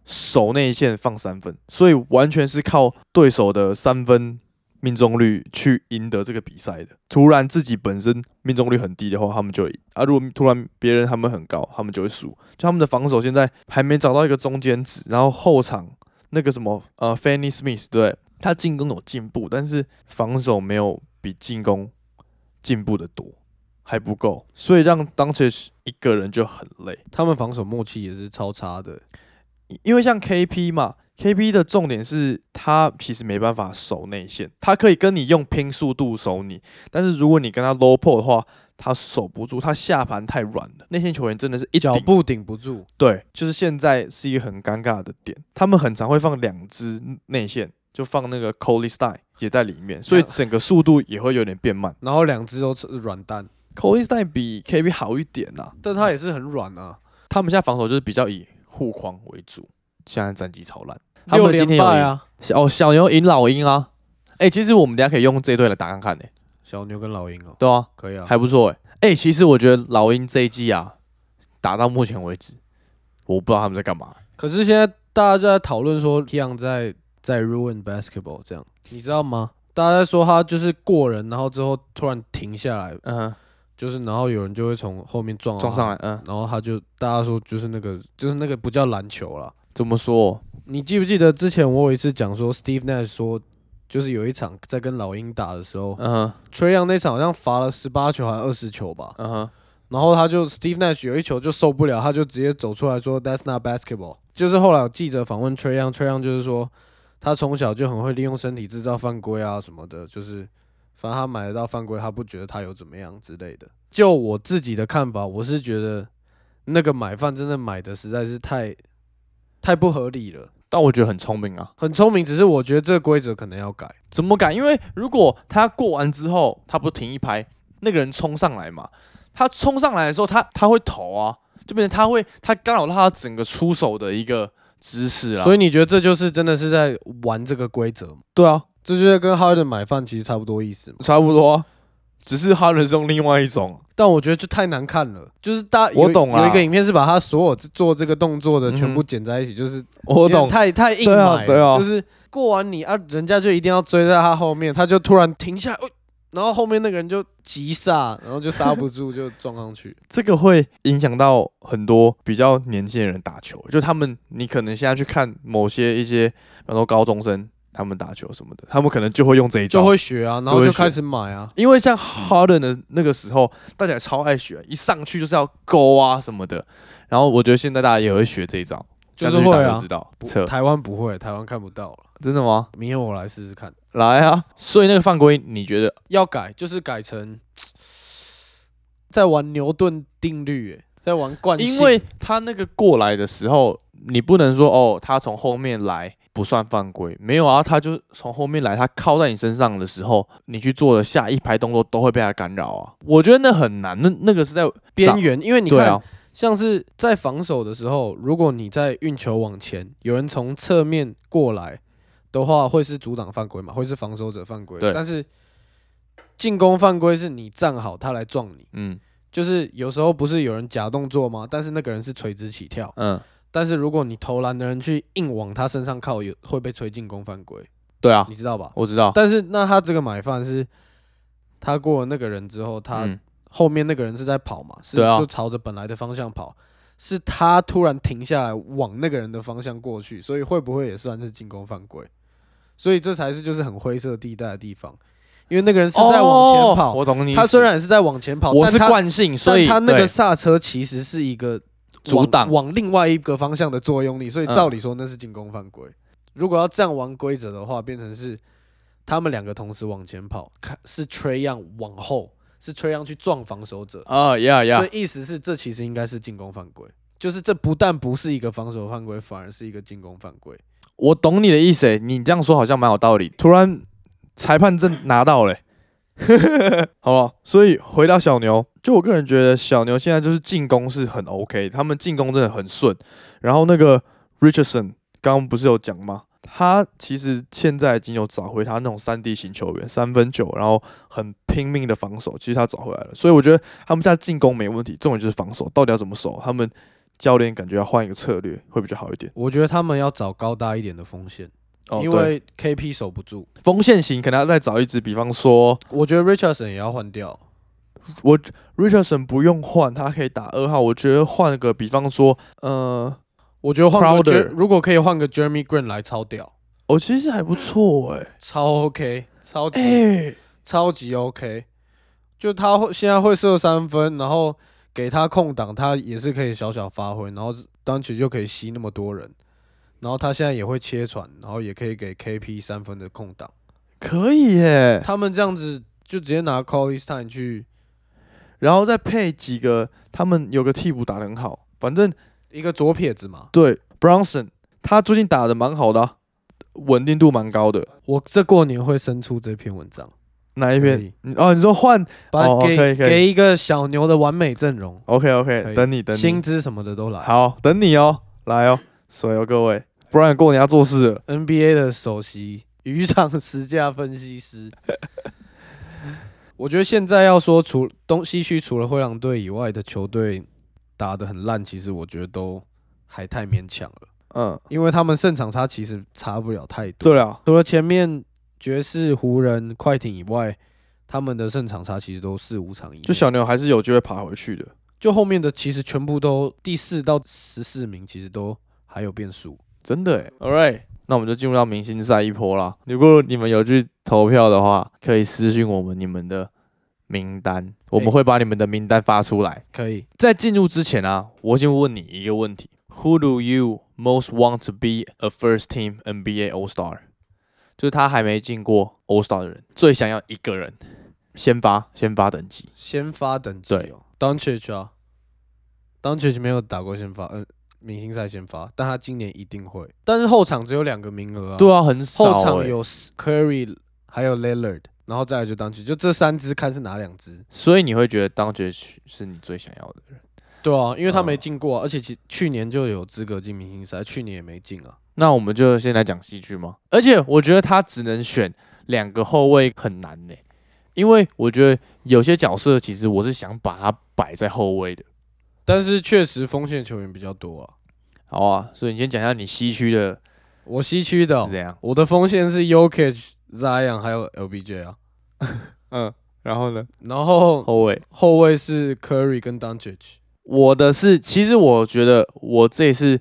Speaker 1: 守内线放三分，所以完全是靠对手的三分命中率去赢得这个比赛的。突然自己本身命中率很低的话，他们就会赢啊；如果突然别人他们很高，他们就会输。就他们的防守现在还没找到一个中间值，然后后场那个什么呃 Fanny Smith 对不对，他进攻有进步，但是防守没有比进攻进步的多，还不够，所以让 d o n c i c 一个人就很累。
Speaker 2: 他们防守默契也是超差的。
Speaker 1: 因为像 KP 嘛，KP 的重点是他其实没办法守内线，他可以跟你用拼速度守你，但是如果你跟他 low pull 的话，他守不住，他下盘太软了。内线球员真的是一
Speaker 2: 脚
Speaker 1: 顶
Speaker 2: 步顶不住，
Speaker 1: 对，就是现在是一个很尴尬的点，他们很常会放两支内线，就放那个 Coley Stein 也在里面，所以整个速度也会有点变慢。
Speaker 2: 然后两只都是软蛋，
Speaker 1: 口袋时代比 KB 好一点啊呐、
Speaker 2: 但他也是很软啊，
Speaker 1: 他们现在防守就是比较以护框为主，现在战绩超烂。他
Speaker 2: 六
Speaker 1: 们今天
Speaker 2: 连
Speaker 1: 有
Speaker 2: 败
Speaker 1: 赢、
Speaker 2: 啊，
Speaker 1: 小哦，小牛赢老鹰啊！哎、其实我们等一下可以用这一队来打看看呢、
Speaker 2: 小牛跟老鹰哦，
Speaker 1: 对啊，
Speaker 2: 可以啊，
Speaker 1: 还不错哎、哎、其实我觉得老鹰这一季啊，打到目前为止，我不知道他们在干嘛。
Speaker 2: 可是现在大家就在讨论说 Young 在在 ruin basketball 这样，你知道吗？大家在说他就是过人，然后之后突然停下来，
Speaker 1: 嗯，
Speaker 2: 就是然后有人就会从后面撞到啊
Speaker 1: 撞
Speaker 2: 他
Speaker 1: 上来，嗯，
Speaker 2: 然后他就大家说就是那个就是那个不叫篮球啦。
Speaker 1: 怎么说？
Speaker 2: 你记不记得之前我有一次讲说 Steve Nash 说，就是有一场在跟老鹰打的时候，
Speaker 1: 嗯哼
Speaker 2: 崔杨那场好像罚了十八球还是二十球吧，
Speaker 1: 嗯哼，
Speaker 2: 然后他就 Steve Nash 有一球就受不了，他就直接走出来说 That's not basketball。就是后来有记者访问崔杨，崔杨就是说他从小就很会利用身体制造犯规啊什么的，就是反正他买得到犯规，他不觉得他有怎么样之类的。就我自己的看法，我是觉得那个买饭真的买的实在是太太不合理了。
Speaker 1: 但我觉得很聪明啊。
Speaker 2: 很聪明，只是我觉得这个规则可能要改。
Speaker 1: 怎么敢？因为如果他过完之后，他不停一拍，那个人冲上来嘛，他冲上来的时候，他他会投啊，就变成他会他干扰到他整个出手的一个姿势啊。
Speaker 2: 所
Speaker 1: 以
Speaker 2: 以你觉得这就是真的是在玩这个规则吗？
Speaker 1: 对啊，
Speaker 2: 这就是跟 Harden 买饭其实差不多意思嘛。
Speaker 1: 差不多啊、只是哈伦是用另外一种。
Speaker 2: 但我觉得就太难看了，就是大家
Speaker 1: 我
Speaker 2: 有
Speaker 1: 懂啦
Speaker 2: 有一个影片是把他所有做这个动作的全部
Speaker 1: 嗯
Speaker 2: 剪在一起，就是
Speaker 1: 我
Speaker 2: 有点太太硬
Speaker 1: 对啊
Speaker 2: 买了，
Speaker 1: 对啊
Speaker 2: 就是过完你啊，人家就一定要追在他后面，他就突然停下来，哦然后后面那个人就急刹，然后就刹不住就撞上 去。
Speaker 1: 这个会影响到很多比较年轻的人打球，就他们，你可能现在去看某些一些，比方说高中生他们打球什么的，他们可能就会用这一招，
Speaker 2: 就会学啊，然后
Speaker 1: 就会
Speaker 2: 就
Speaker 1: 学
Speaker 2: 开始买啊，
Speaker 1: 因为像 Harden 的那个时候，大家也超爱学，一上去就是要勾啊什么的。然后我觉得现在大家也会学这一招，
Speaker 2: 就是
Speaker 1: 下次去打
Speaker 2: 会啊
Speaker 1: 知道
Speaker 2: 不
Speaker 1: 扯，
Speaker 2: 台湾不会，台湾看不到了。
Speaker 1: 真的吗？
Speaker 2: 明天我来试试看。
Speaker 1: 来啊！所以那个犯规，你觉得
Speaker 2: 要改，就是改成在玩牛顿定律，欸在玩惯
Speaker 1: 嗯
Speaker 2: 性。
Speaker 1: 因为他那个过来的时候，你不能说哦，他从后面来不算犯规，没有啊，他就从后面来，他靠在你身上的时候，你去做的下一排动作都会被他干扰啊。我觉得那很难，那那个是在
Speaker 2: 边，缘，因为你
Speaker 1: 对
Speaker 2: 看，
Speaker 1: 啊，
Speaker 2: 像是在防守的时候，如果你在运球往前，有人从侧面过来的话，会是阻挡犯规嘛，会是防守者犯规。
Speaker 1: 对
Speaker 2: 但是进攻犯规是你站好，他来撞你。
Speaker 1: 嗯
Speaker 2: 就是有时候不是有人假动作吗？但是那个人是垂直起跳，
Speaker 1: 嗯，
Speaker 2: 但是如果你投篮的人去硬往他身上靠，有会被吹进攻犯规，
Speaker 1: 对啊
Speaker 2: 你，知道吧？
Speaker 1: 我知道，
Speaker 2: 但是那他这个买饭是，他过了那个人之后，他
Speaker 1: 嗯
Speaker 2: 后面那个人是在跑嘛，是
Speaker 1: 对啊
Speaker 2: 就朝着本来的方向跑，是他突然停下来往那个人的方向过去，所以会不会也算是进攻犯规？所以这才是就是很灰色地带的地方，因为那个人是在往前
Speaker 1: 哦
Speaker 2: 跑，
Speaker 1: 我懂你意思。
Speaker 2: 他虽然是在往前跑，
Speaker 1: 我
Speaker 2: 但
Speaker 1: 是
Speaker 2: 他，
Speaker 1: 惯性，所
Speaker 2: 但
Speaker 1: 以
Speaker 2: 他那
Speaker 1: 对
Speaker 2: 个刹车其实是一个
Speaker 1: 阻
Speaker 2: 往
Speaker 1: 挡
Speaker 2: 往另外一个方向的作用力，所以
Speaker 1: 嗯
Speaker 2: 照理说那是进攻犯规。如果要这样玩规则的话，变成是他们两个同时往前跑，看是 Trey Young 往后，是 Trey Young 去撞防守者，
Speaker 1: 啊呀呀
Speaker 2: 所，以意思是这其实应该是进攻犯规，就是这不但不是一个防守犯规，反而是一个进攻犯规。
Speaker 1: 我懂你的意思欸，你这样说好像蛮有道理。突然裁判证拿到嘞、 好了，所以回到小牛，就我个人觉得小牛现在就是进攻是很 OK，他们进攻真的很顺。然后那个 Richardson 刚刚不是有讲吗？他其实现在已经有找回他那种三 D 型球员，三分球，然后很拼命的防守，其实他找回来了。所以我觉得他们现在进攻没问题，重点就是防守，到底要怎么守？他们教练感觉要换一个策略会比较好一点。
Speaker 2: 我觉得他们要找高大一点的锋线，
Speaker 1: 哦
Speaker 2: 因
Speaker 1: 对
Speaker 2: 为 KP 守不住。
Speaker 1: 锋线型可能要再找一支，比方说
Speaker 2: 我觉得 Richardson 也要换掉，
Speaker 1: 我 Richardson 不用换，他可以打二号。我觉得换个，比方说，呃，
Speaker 2: 我觉得换个
Speaker 1: Crowder
Speaker 2: Jer- 如果可以换个 Jeremy Green 来超屌，
Speaker 1: 哦，其实还不错哎、
Speaker 2: 超 OK，超级、
Speaker 1: 欸，
Speaker 2: 超级 OK。就他会现在会射三分，然后给他空档，他也是可以小小发挥，然后单曲就可以吸那么多人。然后他现在也会切传，然后也可以给 KP 三分的空档。
Speaker 1: 可以耶、
Speaker 2: 他们这样子就直接拿 c o l l i s t i n e 去
Speaker 1: 然后再配几个，他们有个替补打得很好，反正
Speaker 2: 一个左撇子嘛。
Speaker 1: 对 Bronson 他最近打得蛮好的啊、稳定度蛮高的。
Speaker 2: 我这过年会生出这篇文章，
Speaker 1: 哪一
Speaker 2: 可
Speaker 1: 篇
Speaker 2: 以？
Speaker 1: 你哦，你说换
Speaker 2: 把
Speaker 1: 哦
Speaker 2: 给、
Speaker 1: 可以可以
Speaker 2: 给一个小牛的完美阵容，
Speaker 1: ？OK
Speaker 2: 可
Speaker 1: OK，
Speaker 2: 以
Speaker 1: 等你等
Speaker 2: 薪
Speaker 1: 你，
Speaker 2: 资什么的都来。
Speaker 1: 好，等你哦，来哦，所以哦各位，不然过年要做事了。
Speaker 2: NBA 的首席渔场实价分析师。我觉得现在要说除东西区除了灰狼队以外的球队打得很烂，其实我觉得都还太勉强了，
Speaker 1: 嗯，
Speaker 2: 因为他们胜场差其实差不了太多。
Speaker 1: 对了，
Speaker 2: 除了前面爵士、湖人、快艇以外，他们的胜场差其实都四五场以内。
Speaker 1: 就小牛还是有机会爬回去的。
Speaker 2: 就后面的其实全部都第四到十四名，其实都还有变数。
Speaker 1: 真的哎，All right，那我们就进入到明星赛一波啦。如果你们有去投票的话，可以私信我们你们的名单，我们
Speaker 2: 哎
Speaker 1: 会把你们的名单发出来。
Speaker 2: 可以，
Speaker 1: 在进入之前啊，我先问你一个问题：Who do you most want to be a first team NBA All Star？就是他还没进过 All Star 的人，最想要一个人先发先发等级。
Speaker 2: 先发等级
Speaker 1: 对
Speaker 2: 哦 d o n c i c 啊 d o n c i c 没有打过先发，嗯、明星赛先发，但他今年一定会。但是后场只有两个名额啊，
Speaker 1: 对啊，很少、欸。
Speaker 2: 后场有 Curry 还有 Lillard，然后再来就 d o n c i c 就这三支看是哪两支。
Speaker 1: 所以你会觉得当爵士是你最想要的人。
Speaker 2: 对啊，因为他
Speaker 1: 嗯
Speaker 2: 没进过、啊，而且其去年就有资格进明星赛，去年也没进啊。
Speaker 1: 那我们就先来讲西区嘛。而且我觉得他只能选两个后卫很难呢、因为我觉得有些角色其实我是想把它摆在后卫的。
Speaker 2: 但是确实锋线球员比较多啊。
Speaker 1: 好啊，所以你先讲一下你西区的
Speaker 2: 我西区的哦、
Speaker 1: 是怎样。
Speaker 2: 我的锋线是 Yokich、Zion 还有 LBJ 啊，
Speaker 1: 嗯，然后呢？
Speaker 2: 然后
Speaker 1: 后卫，
Speaker 2: 后卫是 Curry 跟 d o n c i c
Speaker 1: 我的是，其实我觉得我这一次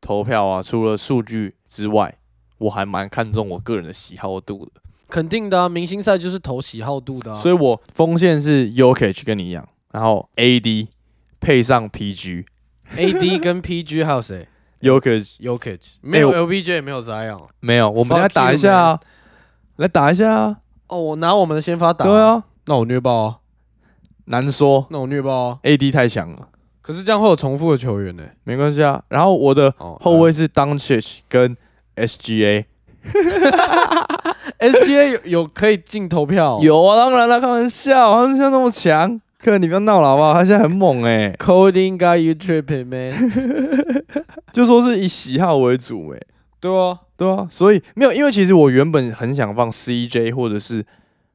Speaker 1: 投票啊，除了数据之外，我还蛮看重我个人的喜好度的，
Speaker 2: 肯定的啊，明星赛就是投喜好度的、啊，
Speaker 1: 所以我锋线是 y o k i c 跟你一样，然后 AD 配上 PG。
Speaker 2: 以 AD 跟 PG 还有谁
Speaker 1: y o k i c
Speaker 2: ？Yokich 没有
Speaker 1: 我
Speaker 2: LBJ 也没有 Zion 啊。
Speaker 1: 没有，我们来
Speaker 2: Fuck
Speaker 1: 打
Speaker 2: you,
Speaker 1: 一下啊，来打一下啊，
Speaker 2: 哦，我拿我们的先发打，
Speaker 1: 对，啊，
Speaker 2: 那我虐爆啊，
Speaker 1: 难说
Speaker 2: 那我虐爆啊。
Speaker 1: ，AD 太强了，
Speaker 2: 可是这样会有重复的球员呢、
Speaker 1: 没关系啊。然后我的
Speaker 2: 哦，
Speaker 1: 后卫是 d o n c i c 跟 SGA，
Speaker 2: SGA 有有可以进投票，
Speaker 1: 有啊，当然了，开玩笑，他们现在那么强，哥你不要闹了好不好？他现在很猛哎、
Speaker 2: Coding guy you tripping man，
Speaker 1: 就说是以喜好为主哎、
Speaker 2: 对啊，
Speaker 1: 对啊，所以没有，因为其实我原本很想放 CJ 或者是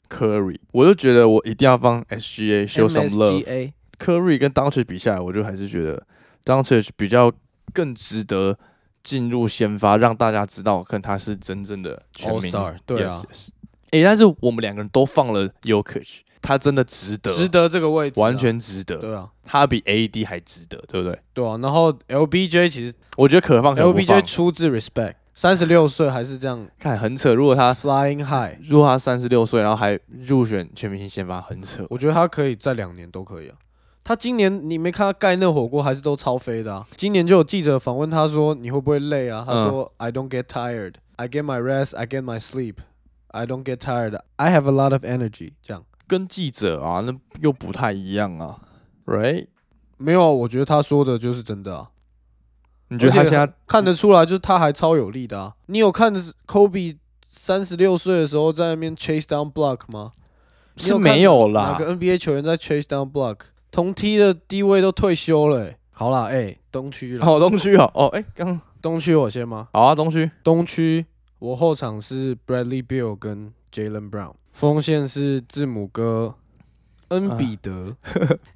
Speaker 1: Curry，我就觉得我一定要放 SGA show some love。
Speaker 2: MSGA
Speaker 1: Curry 跟 d o n c i c 比下来，我就还是觉得 d o n c i c 比较更值得进入先发，让大家知道，看他是真正的全
Speaker 2: All
Speaker 1: 明
Speaker 2: Star，对啊
Speaker 1: Yes, yes. 诶但是我们两个人都放了 y o k i c 他真的值得，
Speaker 2: 值得这个位置啊、
Speaker 1: 完全值得，
Speaker 2: 对啊，
Speaker 1: 他比 AD 还值得，对不对？
Speaker 2: 对啊。然后 LBJ 其实
Speaker 1: 我觉得可放可不放
Speaker 2: LBJ 出自 respect，三十六岁还是这样
Speaker 1: 看很扯。如果
Speaker 2: 啊
Speaker 1: 他
Speaker 2: flying high，
Speaker 1: 如果他三十六岁，然后还入选全明星先发，很扯。
Speaker 2: 我觉得他可以在两年都可以啊。他今年你没看他盖那火锅还是都超飞的啊？今年就有记者访问他说你会不会累
Speaker 1: 嗯
Speaker 2: 啊？他说、I don't get tired, I get my rest, I get my sleep, I don't get tired, I have a lot of energy。这样
Speaker 1: 跟记者啊，那又不太一样啊，right？
Speaker 2: 没有啊？我觉得他说的就是真的啊，
Speaker 1: 你觉得他
Speaker 2: 而且
Speaker 1: 现在
Speaker 2: 看得出来就是他还超有力的啊。你有看 Kobe 三十六岁的时候在那边 chase down block 吗？你
Speaker 1: 是
Speaker 2: 有看
Speaker 1: 没有
Speaker 2: 哪
Speaker 1: 啦？
Speaker 2: 个 NBA 球员在 chase down block？同梯的低位都退休了欸、好啦，哎、东区了，
Speaker 1: 好，东区哦，哦，哎、刚
Speaker 2: 东区我先吗？
Speaker 1: 好啊，东区
Speaker 2: 东区我后场是 Bradley Beal 跟 Jalen Brown，锋线是字母哥、恩比德、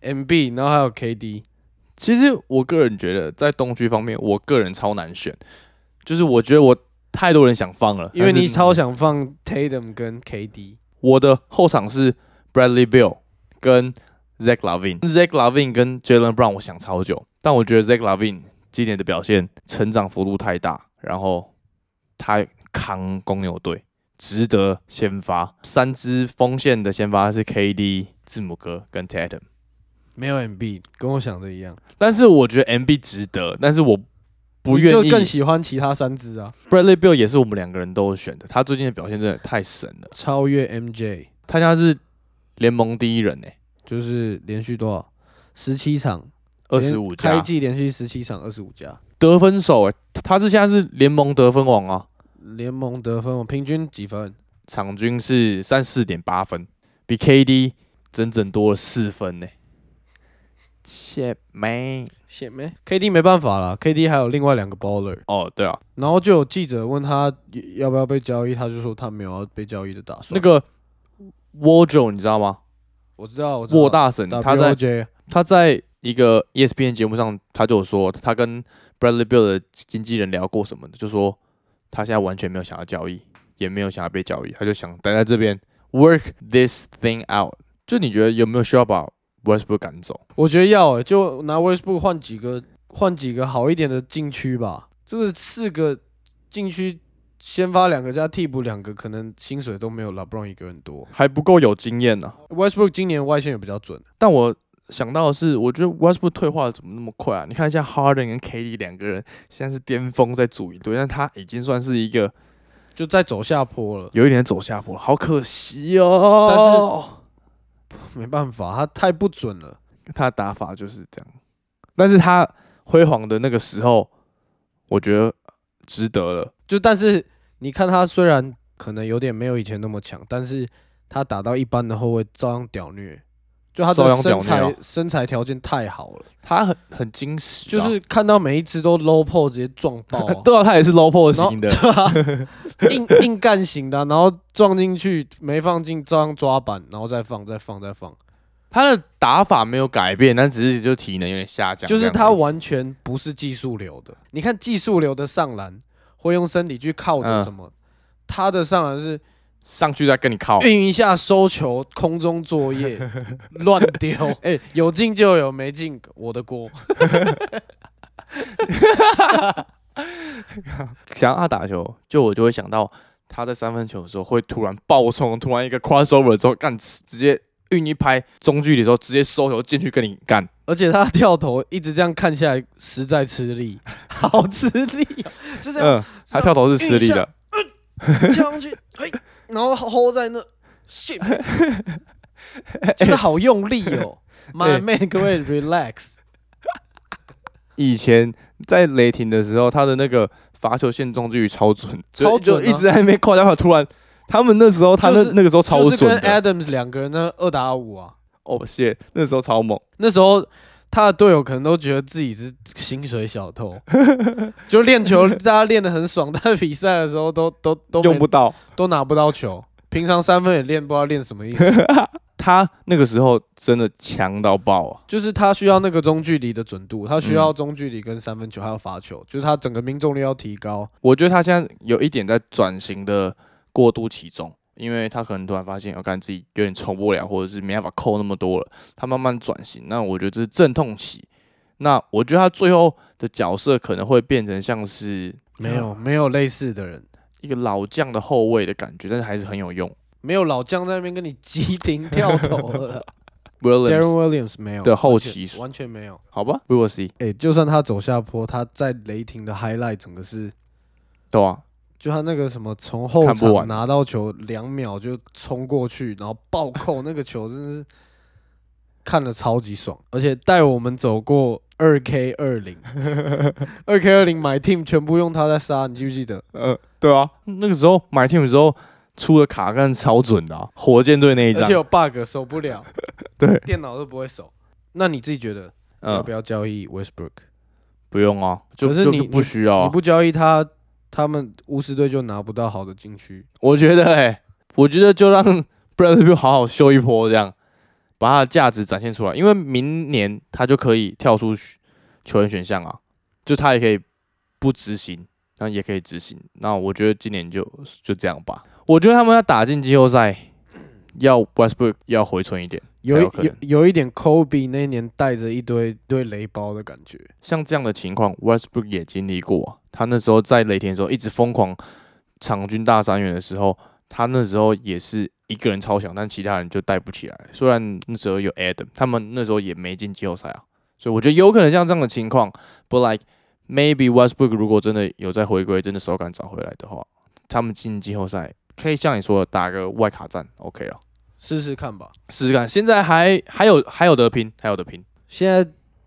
Speaker 2: MB，然
Speaker 1: 啊
Speaker 2: 后还有 KD。
Speaker 1: 其实我个人觉得，在东区方面，我个人超难选，就是我觉得我太多人想放了，
Speaker 2: 因为
Speaker 1: 但是
Speaker 2: 你超想放 Tatum 跟 KD，
Speaker 1: 我的后场是 Bradley Bill 跟 Zach Lavin，Zach Lavin 跟 Jalen Brown，我想超久，但我觉得 Zach Lavin 今年的表现成长幅度太大，然后他扛公牛队。值得先发，三支锋线的先发是 KD、字母哥跟 Tatum，
Speaker 2: 没有 MB，跟我想的一样。
Speaker 1: 但是我觉得 MB 值得，但是我不
Speaker 2: 你
Speaker 1: 愿意
Speaker 2: 就更喜欢其他三支啊，
Speaker 1: Bradley Bill 也是我们两个人都有选的，他最近的表现真的太神了，
Speaker 2: 超越 MJ，
Speaker 1: 他家是联盟第一人欸呢、
Speaker 2: 就是连续多少十七场
Speaker 1: 二十五
Speaker 2: 开
Speaker 1: 加
Speaker 2: 季连续十七场二十五加，
Speaker 1: 得分手哎、他是现在是联盟得分王啊，
Speaker 2: 联盟得分我平均几分？
Speaker 1: 场均是三四点八分，比 KD 整整多了四分欸呢、谢妹
Speaker 2: 显没 KD 没办法啦 k d 还有另外两个 baller，
Speaker 1: 哦，对啊，
Speaker 2: 然后就有记者问他要不要被交易，他就说他没有要被交易的打算。
Speaker 1: 那个 w o j o 你知道吗？
Speaker 2: 我知道，我知道
Speaker 1: 沃大神他在
Speaker 2: WOJ
Speaker 1: 他在一个 E ESPN 节目上，他就有说他跟 Bradley b i l l 的经纪人聊过什么的，就说他现在完全没有想要交易，也没有想要被交易，他就想待在这边 work this thing out。就你觉得有没有需要把 Westbrook 赶走？
Speaker 2: 我觉得要、欸、就拿 Westbrook 换几个换几个好一点的禁区吧。这个四个禁区，先发两个加替补两个，可能薪水都没有 LeBron 一个人多。
Speaker 1: 还不够有经验啊呢、
Speaker 2: Westbrook 今年外线也比较准，
Speaker 1: 但我想到的是，我觉得 Westbrook 退化得怎么那么快啊？你看一下 Harden 跟 KD 两个人现在是巅峰在组一队，但他已经算是一个
Speaker 2: 就在走下坡了。
Speaker 1: 有一点走下坡，好可惜哦。
Speaker 2: 没办法，他太不准了。
Speaker 1: 但是他的打法就是这样，但是他辉煌的那个时候，我觉得值得了。
Speaker 2: 就但是你看他虽然可能有点没有以前那么强，但是他打到一般的后卫照样屌虐，就他
Speaker 1: 照
Speaker 2: 的
Speaker 1: 样屌
Speaker 2: 身
Speaker 1: 虐
Speaker 2: 材、
Speaker 1: 哦
Speaker 2: 身材条件太好 了，
Speaker 1: 他很很惊喜，。
Speaker 2: 就是看到每一只都 low p o 直接撞爆、啊
Speaker 1: 对啊，他也是 low p o
Speaker 2: 然后，
Speaker 1: 型的
Speaker 2: 对啊，硬硬干型的啊、然后撞进去没放进，照样抓板，然后再放，再放，再放，
Speaker 1: 他的打法没有改变，但只是就体能有点下降这
Speaker 2: 就
Speaker 1: 样子。
Speaker 2: 是他完全不是技术流的。你看技术流的上篮会用身体去靠的
Speaker 1: 嗯
Speaker 2: 什么，他的上篮是
Speaker 1: 上去再跟你靠，
Speaker 2: 运一下收球，空中 作业，乱丢，
Speaker 1: 哎
Speaker 2: 有进就有，没进我的锅。
Speaker 1: 想要他打球，就我就会想到他在三分球的时候会突然爆冲，突然一个 crossover 之后干直接运一拍中距离的时候直接收球进去跟你干，
Speaker 2: 而且他掉头一直这样看下来，实在 吃力，好吃力、哦，就这样
Speaker 1: 嗯，他跳投是吃力
Speaker 2: 运一下
Speaker 1: 的，
Speaker 2: 跳上去，嘿，然后 hold 在那，shit，真的好用力哦，My
Speaker 1: 哎
Speaker 2: man，各位 relax，
Speaker 1: 以前在雷霆的时候，他的那个罚球线中距离超准，就
Speaker 2: 超准啊
Speaker 1: 就一直在那边扣篮，突然他们那时候他那、
Speaker 2: 就是
Speaker 1: 那个时候超
Speaker 2: 就是
Speaker 1: 准
Speaker 2: 跟
Speaker 1: 的，
Speaker 2: Adams 两个人那二打五啊，
Speaker 1: 哦谢，那时候超猛，
Speaker 2: 那时候他的队友可能都觉得自己是薪水 小偷，就练球大家练得很爽，但是比赛的时候都都都没
Speaker 1: 用不 到。
Speaker 2: 都拿不到球，平常三分也练不知道练什么 意思，
Speaker 1: 他那个时候真的强到爆啊！
Speaker 2: 就是他需要那个中距离的准度，他需
Speaker 1: 嗯
Speaker 2: 要中距离跟三分球还有罚球，就是他整个命中率要提高。
Speaker 1: 我觉得他现在有一点在转型的过渡其中，因为他可能突然发现，我感觉自己有点冲不了，或者是没办法扣那么多了，他慢慢转型。那我觉得这是阵痛期。那我觉得他最后的角色可能会变成像是
Speaker 2: 没有啊没有类似的人，
Speaker 1: 一个老将的后卫的感觉，但是还是很有用。
Speaker 2: 没有老将在那边跟你急停跳投了。
Speaker 1: Williams，
Speaker 2: Darren Williams 没有
Speaker 1: 的
Speaker 2: 完
Speaker 1: 后
Speaker 2: 全
Speaker 1: 期
Speaker 2: 完全没有。
Speaker 1: 好吧，We will see，
Speaker 2: 哎、就算他走下坡，他在雷霆的 highlight 整个是，
Speaker 1: 对啊，
Speaker 2: 就他那个什么从后
Speaker 1: 看不
Speaker 2: 场
Speaker 1: 完
Speaker 2: 拿到球两秒就冲过去，然后暴扣那个球，真的是看了超级爽，而且带我们走过二 K 二 零，二 K 二零 My Team 全部用他在杀，你记不记得？
Speaker 1: 呃，对啊，那个时候买 team 的时候出的卡干超准的、啊，火箭队那一
Speaker 2: 而
Speaker 1: 张
Speaker 2: 且，有 bug 守不 了，
Speaker 1: 对，
Speaker 2: 电脑都不会守。那你自己觉得
Speaker 1: 嗯、
Speaker 2: 要不要交易 Westbrook？、
Speaker 1: 不用啊，就
Speaker 2: 可是
Speaker 1: 就
Speaker 2: 你
Speaker 1: 就不需要、
Speaker 2: 你
Speaker 1: 啊。
Speaker 2: 不交易他，他们巫师队就拿不到好的禁区。
Speaker 1: 我觉得、欸，我觉得就让 Bradley Beal 好好秀一波，这样把他的价值展现出来，因为明年他就可以跳出选球员选项啊，就他也可以不执行，那也可以执行。那我觉得今年就就这样吧。我觉得他们要打进季后赛，要 Westbrook 要回春一点，
Speaker 2: 有
Speaker 1: 才
Speaker 2: 一
Speaker 1: 有可
Speaker 2: 有
Speaker 1: 能
Speaker 2: 有一点 Kobe 那一年带着一堆堆雷包的感觉，
Speaker 1: 像这样的情况，Westbrook 也经历过啊、他那时候在雷霆的时候一直疯狂场均大三元的时候，他那时候也是一个人超强，但其他人就带不起来。虽然那时候有 Adam，他们那时候也没进季后赛啊，所以我觉得有可能像这样的情况。But like maybe Westbrook 如果真的有在回归，真的手感找回来的话，他们进季后赛可以像你说的打个外卡战，OK 了，
Speaker 2: 试试看吧。
Speaker 1: 试试看。现在还还有还有得拼，还有得拼。
Speaker 2: 现在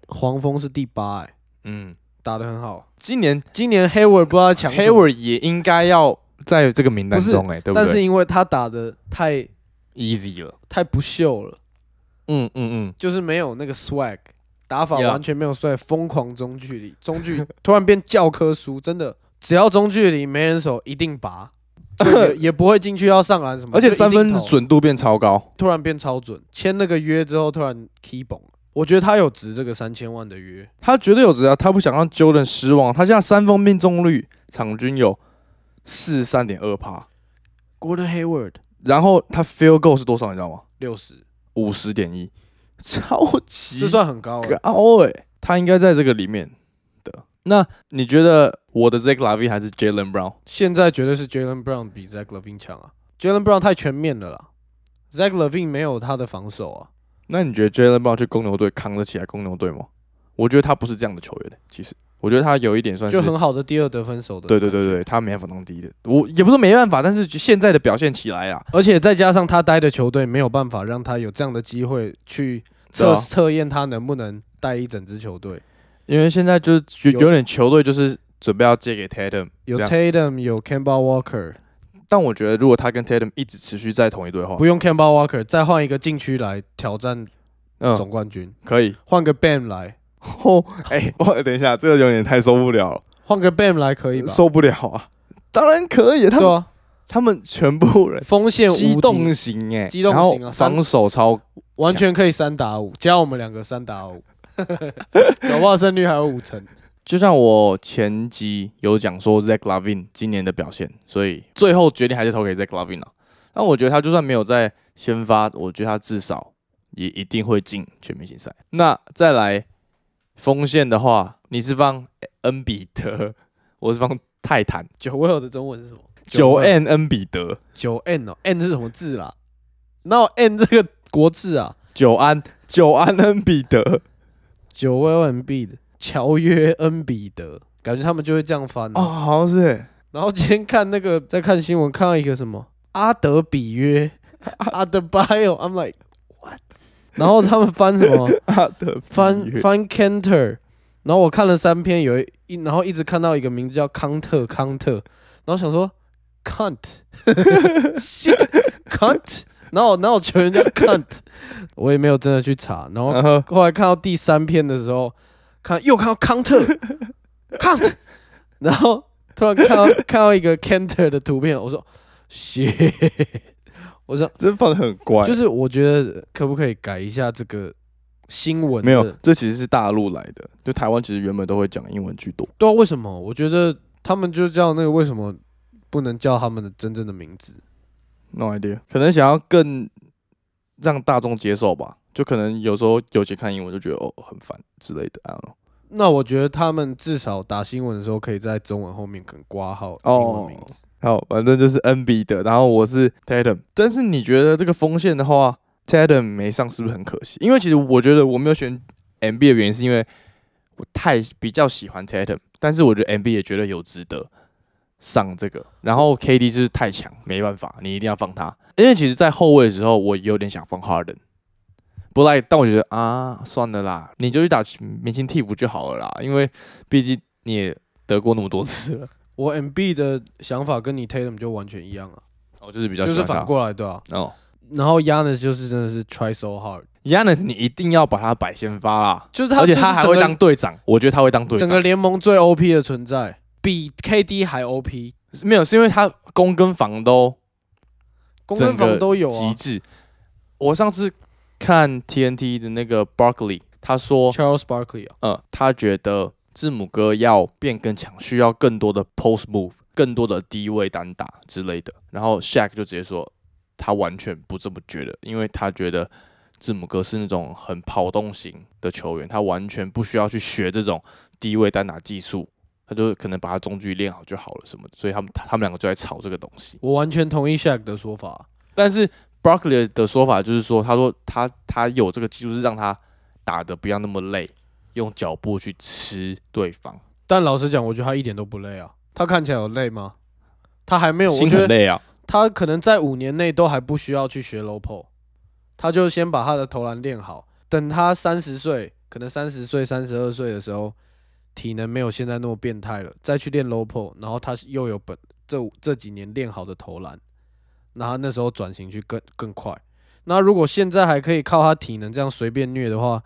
Speaker 2: 黄蜂是第八、哎，
Speaker 1: 嗯，
Speaker 2: 打得很好。
Speaker 1: 今年
Speaker 2: 今年 Hayward 不知道在抢什么
Speaker 1: Hayward 也应该要在这个名单中、欸，哎，对不
Speaker 2: 但是
Speaker 1: 对？
Speaker 2: 因为他打的太
Speaker 5: easy 了。
Speaker 2: 太不秀了，
Speaker 5: 嗯嗯嗯，
Speaker 2: 就是没有那个 swag，打法
Speaker 5: Yeah
Speaker 2: 完全没有 swag，疯狂中距离，中距 突然变教科书，真的，只要中距离没人守，一定拔， 就也也不会进去要上篮什么，
Speaker 1: 而且
Speaker 2: 就
Speaker 1: 三
Speaker 2: 一定
Speaker 1: 分
Speaker 2: 投
Speaker 1: 准度变超高，
Speaker 2: 突然变超准，签那个约之后突然 key 崩，我觉得他有值这个三千万的约，
Speaker 1: 他绝对有值啊！他不想让 Jordan 失望，他现在三分命中率场均有四三点二趴，
Speaker 2: Gordon Hayward
Speaker 1: 然后他 field goal 是多少你知道吗？
Speaker 2: 六十，
Speaker 1: 五十点一，超级
Speaker 2: 这算很高了，
Speaker 1: 高哎、他应该在这个里面的。那你觉得我的 Zach Lavine 还是 Jalen Brown？
Speaker 2: 现在绝对是 Jalen Brown 比 Zach Levine 强啊，Jalen Brown 太全面了啦，Zach Levine 没有他的防守啊，
Speaker 1: 那你觉得 Jalen Brown 去公牛队扛得起来公牛队吗？我觉得他不是这样的球员、欸其实我觉得他有一点算是
Speaker 2: 就很好的第二得分手的，
Speaker 1: 对对对对，，他没办法当第一的，我也不是没办法，但是就现在的表现起来啊，
Speaker 2: 而且再加上他待的球队没有办法让他有这样的机会去测
Speaker 1: 对啊
Speaker 2: 测验他能不能带一整支球队，
Speaker 1: 因为现在就是有
Speaker 2: 有
Speaker 1: 有点球队就是准备要借给 Tatum，
Speaker 2: 有
Speaker 1: 这样
Speaker 2: Tatum 有 Kemba Walker，
Speaker 1: 但我觉得如果他跟 Tatum 一直持续在同一队的话，
Speaker 2: 不用 Kemba Walker 再换一个禁区来挑战
Speaker 1: 嗯，
Speaker 2: 总冠军，
Speaker 1: 可以。
Speaker 2: 换个 Bam 来，
Speaker 1: 哦，哎，我等一下，这个有点太受不了了，
Speaker 2: 换个 Bam 来可以吧？
Speaker 1: 受不了啊！当然可以，他
Speaker 2: 对
Speaker 1: 们
Speaker 2: 啊，
Speaker 1: 他们全部人
Speaker 2: 锋线无
Speaker 1: 机
Speaker 2: 敌
Speaker 1: 动型哎，
Speaker 2: 机动型啊
Speaker 1: 然后
Speaker 2: 三
Speaker 1: 防守超
Speaker 2: 完全可以三打五，加我们两个三打 五，搞不好胜率还有五成。
Speaker 1: 就像我前集有讲说 Zach Lavin 今年的表现，所以最后决定还是投给 Zach Lavin 了、但我觉得他就算没有在先发，我觉得他至少也一定会进全明星赛。那再来锋线的话，你是帮恩比德， 我是帮泰坦
Speaker 2: 九 L 的中文是什么？
Speaker 1: 九 N 恩比德
Speaker 2: 九 N 哦，N 是什么字啦？那 N 这个国字啊，
Speaker 1: 九安九安恩比德
Speaker 2: 九 L N B 的乔约恩比德，感觉他们就会这样翻、
Speaker 1: 哦，
Speaker 2: 哦。
Speaker 1: 好像是耶
Speaker 2: 然后今天看那个在看新闻，看到一个什么阿德比 约阿德巴 o i m like what？然后他们翻什么？
Speaker 1: 阿德
Speaker 2: 翻
Speaker 1: 比约
Speaker 2: 翻 Cantor，然后我看了三篇，有一一然后一直看到一个名字叫康特康特，然后想说 cunt shit cunt，然后然后球员叫 cunt，我也没有真的去查，然后
Speaker 1: 然后
Speaker 2: 后来看到第三篇的时候，看又看到康特 cunt，然 后突然看到看到一个 Cantor 的图片，我说 shit，我说
Speaker 1: 真放的很乖，
Speaker 2: 就是我觉得可不可以改一下这个新闻的？
Speaker 1: 没有，这其实是大陆来的，就台湾其实原本都会讲英文居多。
Speaker 2: 对啊，为什么？我觉得他们就叫那个为什么不能叫他们的真正的名字？
Speaker 1: No idea，可能想要更让大众接受吧，就可能有时候有些看英文就觉得哦很烦之类的，I don't know。
Speaker 2: 那我觉得他们至少打新闻的时候可以在中文后面可能挂号英文
Speaker 1: 哦
Speaker 2: 名字。
Speaker 1: 好，反正就是 NB 的，然后我是 Tatum，但是你觉得这个锋线的话，Tatum 没上是不是很可惜？因为其实我觉得我没有选 NB 的原因是因为我太比较喜欢 Tatum，但是我觉得 NB 也觉得有值得上这个，然后 KD 就是太强，没办法，你一定要放他，因为其实，在后卫的时候，我有点想放 Harden。不赖，但我觉得啊，算了啦，你就去打明星替补就好了啦，因为毕竟你也得过那么多次了，
Speaker 2: 我 MB 的想法跟你 Tatum 就完全一样啊，
Speaker 1: 我就是比较
Speaker 2: 就
Speaker 1: 喜
Speaker 2: 是
Speaker 1: 欢他
Speaker 2: 反过来对啊。
Speaker 1: 哦。
Speaker 2: 然后 Yanis 就是真的是 try so hard，
Speaker 1: Yanis，你一定要把他摆先发啦，
Speaker 2: 就是他
Speaker 1: 而且
Speaker 2: 就是
Speaker 1: 他还
Speaker 2: 整
Speaker 1: 会
Speaker 2: 个
Speaker 1: 当队长，我觉得他会当队
Speaker 2: 整个
Speaker 1: 长。
Speaker 2: 联盟最 OP 的存在，比 KD 还 OP，
Speaker 1: 没有，是因为他攻跟防都
Speaker 2: 公跟
Speaker 1: 整
Speaker 2: 房
Speaker 1: 个
Speaker 2: 都有
Speaker 1: 极
Speaker 2: 啊。
Speaker 1: 致。我上次看 TNT 的那个 Barkley，他说，
Speaker 2: Charles Barkley 啊，
Speaker 1: 呃，他觉得字母哥要变更强，需要更多的 post move，更多的低位单打之类的。然后 Shaq 就直接说，他完全不这么觉得，因为他觉得字母哥是那种很跑动型的球员，他完全不需要去学这种低位单打技术，他就可能把他中距练好就好了什么的。所以他们他们两个就在吵这个东西。
Speaker 2: 我完全同意 Shaq 的说法啊、
Speaker 1: 但是 Broccoli 的说法就是说，他说他他有这个技术是让他打的不要那么累，用脚步去吃对方，
Speaker 2: 但老实讲，我觉得他一点都不累啊。他看起来有累吗？他还没有，我
Speaker 1: 心
Speaker 2: 觉
Speaker 1: 很
Speaker 2: 得
Speaker 1: 累啊。
Speaker 2: 他可能在五年内都还不需要去学 low pull，他就先把他的投篮练好。等他三十岁，可能三十岁、三十二岁的时候，体能没有现在那么变态了，再去练 low pull，然后他又有本这五这几年练好的投篮，那他那时候转型去更更快。那如果现在还可以靠他体能这样随便虐的话，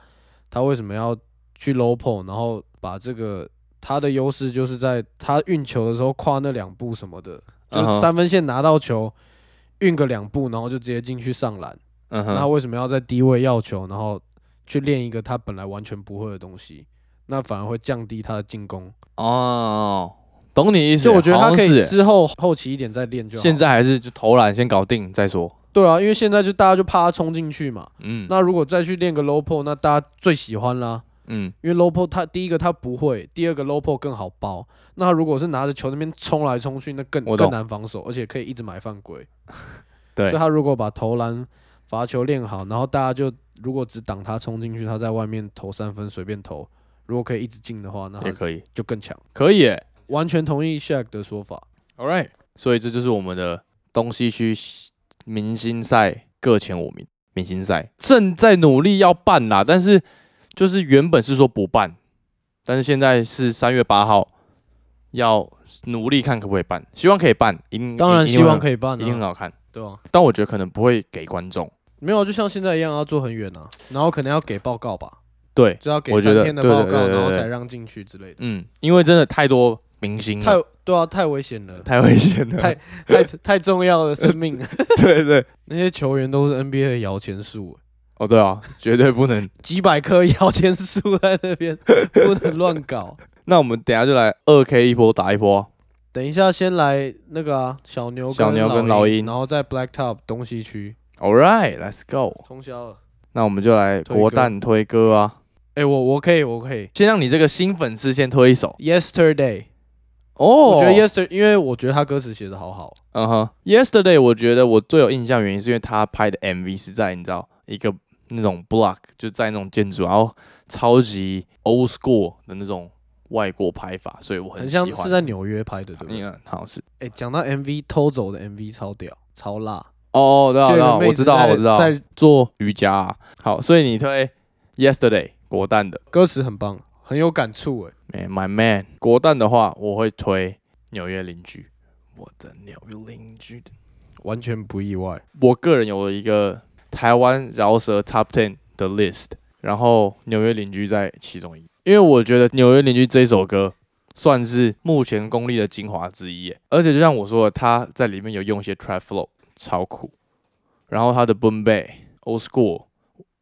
Speaker 2: 他为什么要去 low pull，然后把这个他的优势就是在他运球的时候跨那两步什么的，
Speaker 1: 嗯
Speaker 2: 就是
Speaker 1: 哼
Speaker 2: 三分线拿到球，运个两步，然后就直接进去上篮。
Speaker 1: 嗯
Speaker 2: 那他
Speaker 1: 哼，
Speaker 2: 为什么要在低位要球，然后去练一个他本来完全不会的东西？那反而会降低他的进攻。
Speaker 1: 哦，懂你意思。
Speaker 2: 就我觉得
Speaker 1: 好像
Speaker 2: 他可
Speaker 1: 是
Speaker 2: 以
Speaker 1: 欸
Speaker 2: 之后后期一点再练就好。
Speaker 1: 现在还是就投篮先搞定再说。
Speaker 2: 对啊，因为现在就大家就怕他冲进去嘛。
Speaker 1: 嗯，
Speaker 2: 那如果再去练个 low p o 那大家最喜欢啦。
Speaker 1: 嗯
Speaker 2: 因为 low p o 他第一个他不会，第二个 low p o 更好包。那他如果是拿着球那边冲来冲去，那更
Speaker 1: 我
Speaker 2: 更
Speaker 1: 懂
Speaker 2: 难防守，而且可以一直买犯规。
Speaker 1: 对
Speaker 2: 所以他如果把投篮、罚球练好，然后大家就如果只挡他冲进去，他在外面投三分随便投，如果可以一直进的话，那
Speaker 1: 也
Speaker 2: 他
Speaker 1: 可以，
Speaker 2: 就更强。
Speaker 1: 可以耶。
Speaker 2: 完全同意 Shaq 的说法。
Speaker 1: All right，所以这就是我们的东西区明星赛各前五名。明星赛正在努力要办啦，但是就是原本是说不办，但是现在是三月八号，要努力看可不可以办，希望可以办，应
Speaker 2: 当然希望可
Speaker 1: 以
Speaker 2: 以办、
Speaker 1: 办，一定很
Speaker 2: 啊，
Speaker 1: 好看。
Speaker 2: 对啊，
Speaker 1: 但我觉得可能不会给观众，
Speaker 2: 没有就像现在一样要做很远啊，然后可能要给报告吧，
Speaker 1: 对，
Speaker 2: 就要给
Speaker 1: 我觉
Speaker 2: 三
Speaker 1: 得
Speaker 2: 天的
Speaker 1: 对
Speaker 2: 报
Speaker 1: 对
Speaker 2: 告，
Speaker 1: 对对
Speaker 2: 然后
Speaker 1: 对
Speaker 2: 才让进去之类的。
Speaker 1: 嗯，因为真的太多明星了，
Speaker 2: 太对啊，太危险了，
Speaker 1: 太危险了，
Speaker 2: 太 太太重要的生命，
Speaker 1: 对对，
Speaker 2: 那些球员都是 NBA 的摇钱树，
Speaker 1: 哦对啊，绝对不能。
Speaker 2: 几百棵摇钱树在那边， 不能乱搞。
Speaker 1: 那我们等一下就来二 K 一波打一波啊、
Speaker 2: 等一下，先来那个啊，小牛
Speaker 1: 小牛跟老鹰
Speaker 2: 鹰，然后在 Blacktop 东西区
Speaker 1: All right, let's go。
Speaker 2: 通宵了。
Speaker 1: 那我们就来
Speaker 2: 推歌
Speaker 1: 国蛋推歌啊，
Speaker 2: 哎、我我可以，我可以。
Speaker 1: 先让你这个新粉丝先推一首
Speaker 2: Yesterday，、
Speaker 1: 哦。
Speaker 2: 我觉得 Yesterday，因为我觉得他歌词写的好好，
Speaker 1: 嗯哼，Yesterday，我觉得我最有印象原因是因为他拍的 MV 是在你知道一个那种 block，就在那种建筑，然后超级 old school 的那种外国拍法，所以我
Speaker 2: 很
Speaker 1: 喜欢。嗯
Speaker 2: 像是在纽约拍的，对不对？
Speaker 1: 你看，好像是
Speaker 2: 哎、讲到 MV 偷走的 MV 超屌，超辣。
Speaker 1: 哦，对啊，
Speaker 2: 就有
Speaker 1: 对
Speaker 2: 个
Speaker 1: 啊，
Speaker 2: 妹
Speaker 1: 我
Speaker 2: 子
Speaker 1: 知道，
Speaker 2: 在
Speaker 1: 我知道，
Speaker 2: 在
Speaker 1: 做瑜伽啊、好，所以你推 Yesterday 国蛋的。
Speaker 2: 歌词很棒，很有感触哎。
Speaker 1: 哎，My man，国蛋的话，我会推纽约邻居，我的纽约邻居的。
Speaker 2: 完全不意外。
Speaker 1: 我个人有一个台湾饶舌 Top Ten 的 list，然后纽约邻居在其中一，因为我觉得纽约邻居这首歌算是目前功力的精华之一耶，而且就像我说的，他在里面有用一些 trap flow，超酷。然后他的 Boom Bay、Old School、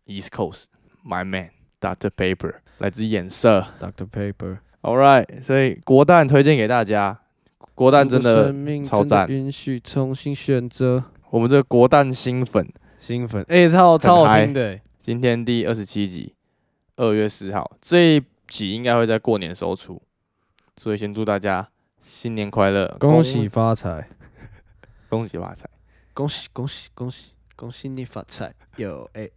Speaker 1: East Coast、My Man、Dr. Paper 来自眼色。
Speaker 2: Doctor Paper，
Speaker 1: All right，所以国蛋推荐给大家，国蛋真
Speaker 2: 如果
Speaker 1: 的
Speaker 2: 生，命
Speaker 1: 超
Speaker 2: 真的
Speaker 1: 赞
Speaker 2: 允许重新选择，
Speaker 1: 我们这个国蛋新粉，
Speaker 2: 兴奋哎、超超好
Speaker 1: 嗨
Speaker 2: 听的、欸。
Speaker 1: 今天第二十七集，二月四号这一集应该会在过年的时候出，所以先祝大家新年快乐，
Speaker 2: 恭喜发财，
Speaker 1: 恭喜发财！
Speaker 2: 恭喜恭喜恭喜恭喜你发财！有哎、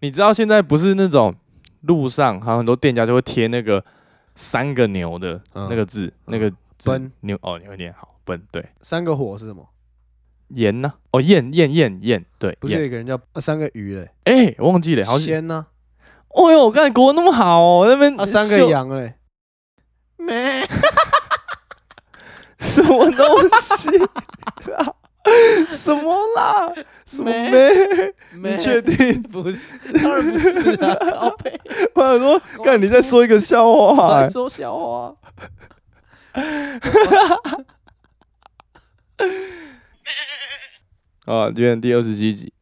Speaker 1: 你知道现在不是那种路上还有很多店家就会贴那个三个牛的
Speaker 2: 嗯
Speaker 1: 那个字，那个字
Speaker 2: 奔
Speaker 1: 牛哦，牛有点好奔对。
Speaker 2: 三个火是什么？
Speaker 1: 盐呢、哦，燕燕燕燕，对，
Speaker 2: 不是有
Speaker 1: 燕。
Speaker 2: 一个人叫、啊、三个鱼嘞、
Speaker 1: 哎、我忘记了，好像
Speaker 2: 仙 呢、
Speaker 1: 哦呦，我刚才国文那么好哦，那边
Speaker 2: 啊？三个
Speaker 1: 秀
Speaker 2: 羊嘞、没，
Speaker 1: 什么东西 啊？什么啦？什么
Speaker 2: 咩
Speaker 1: 咩？
Speaker 2: 没
Speaker 1: 你确定？
Speaker 2: 不是，当然不是 啊！靠北
Speaker 1: 我想说，看你在说一个笑
Speaker 2: 我
Speaker 1: 话、
Speaker 2: 在
Speaker 1: 欸。
Speaker 2: 说笑话。
Speaker 1: 啊，今天第二十七集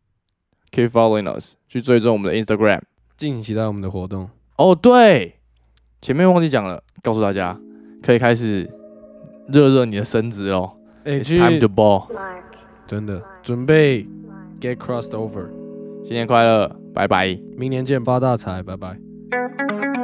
Speaker 1: ，keep following us，去追踪我们的 Instagram。
Speaker 2: 敬请期待我们的活动。
Speaker 1: 哦，对，前面忘记讲了，告诉大家可以开始热热你的身子喽。
Speaker 2: 哎、
Speaker 1: It's
Speaker 2: 去
Speaker 1: time to ball，
Speaker 2: 真的准备 get crossed over，
Speaker 1: 新年快乐，拜拜。
Speaker 2: 明年见，发大财，拜拜。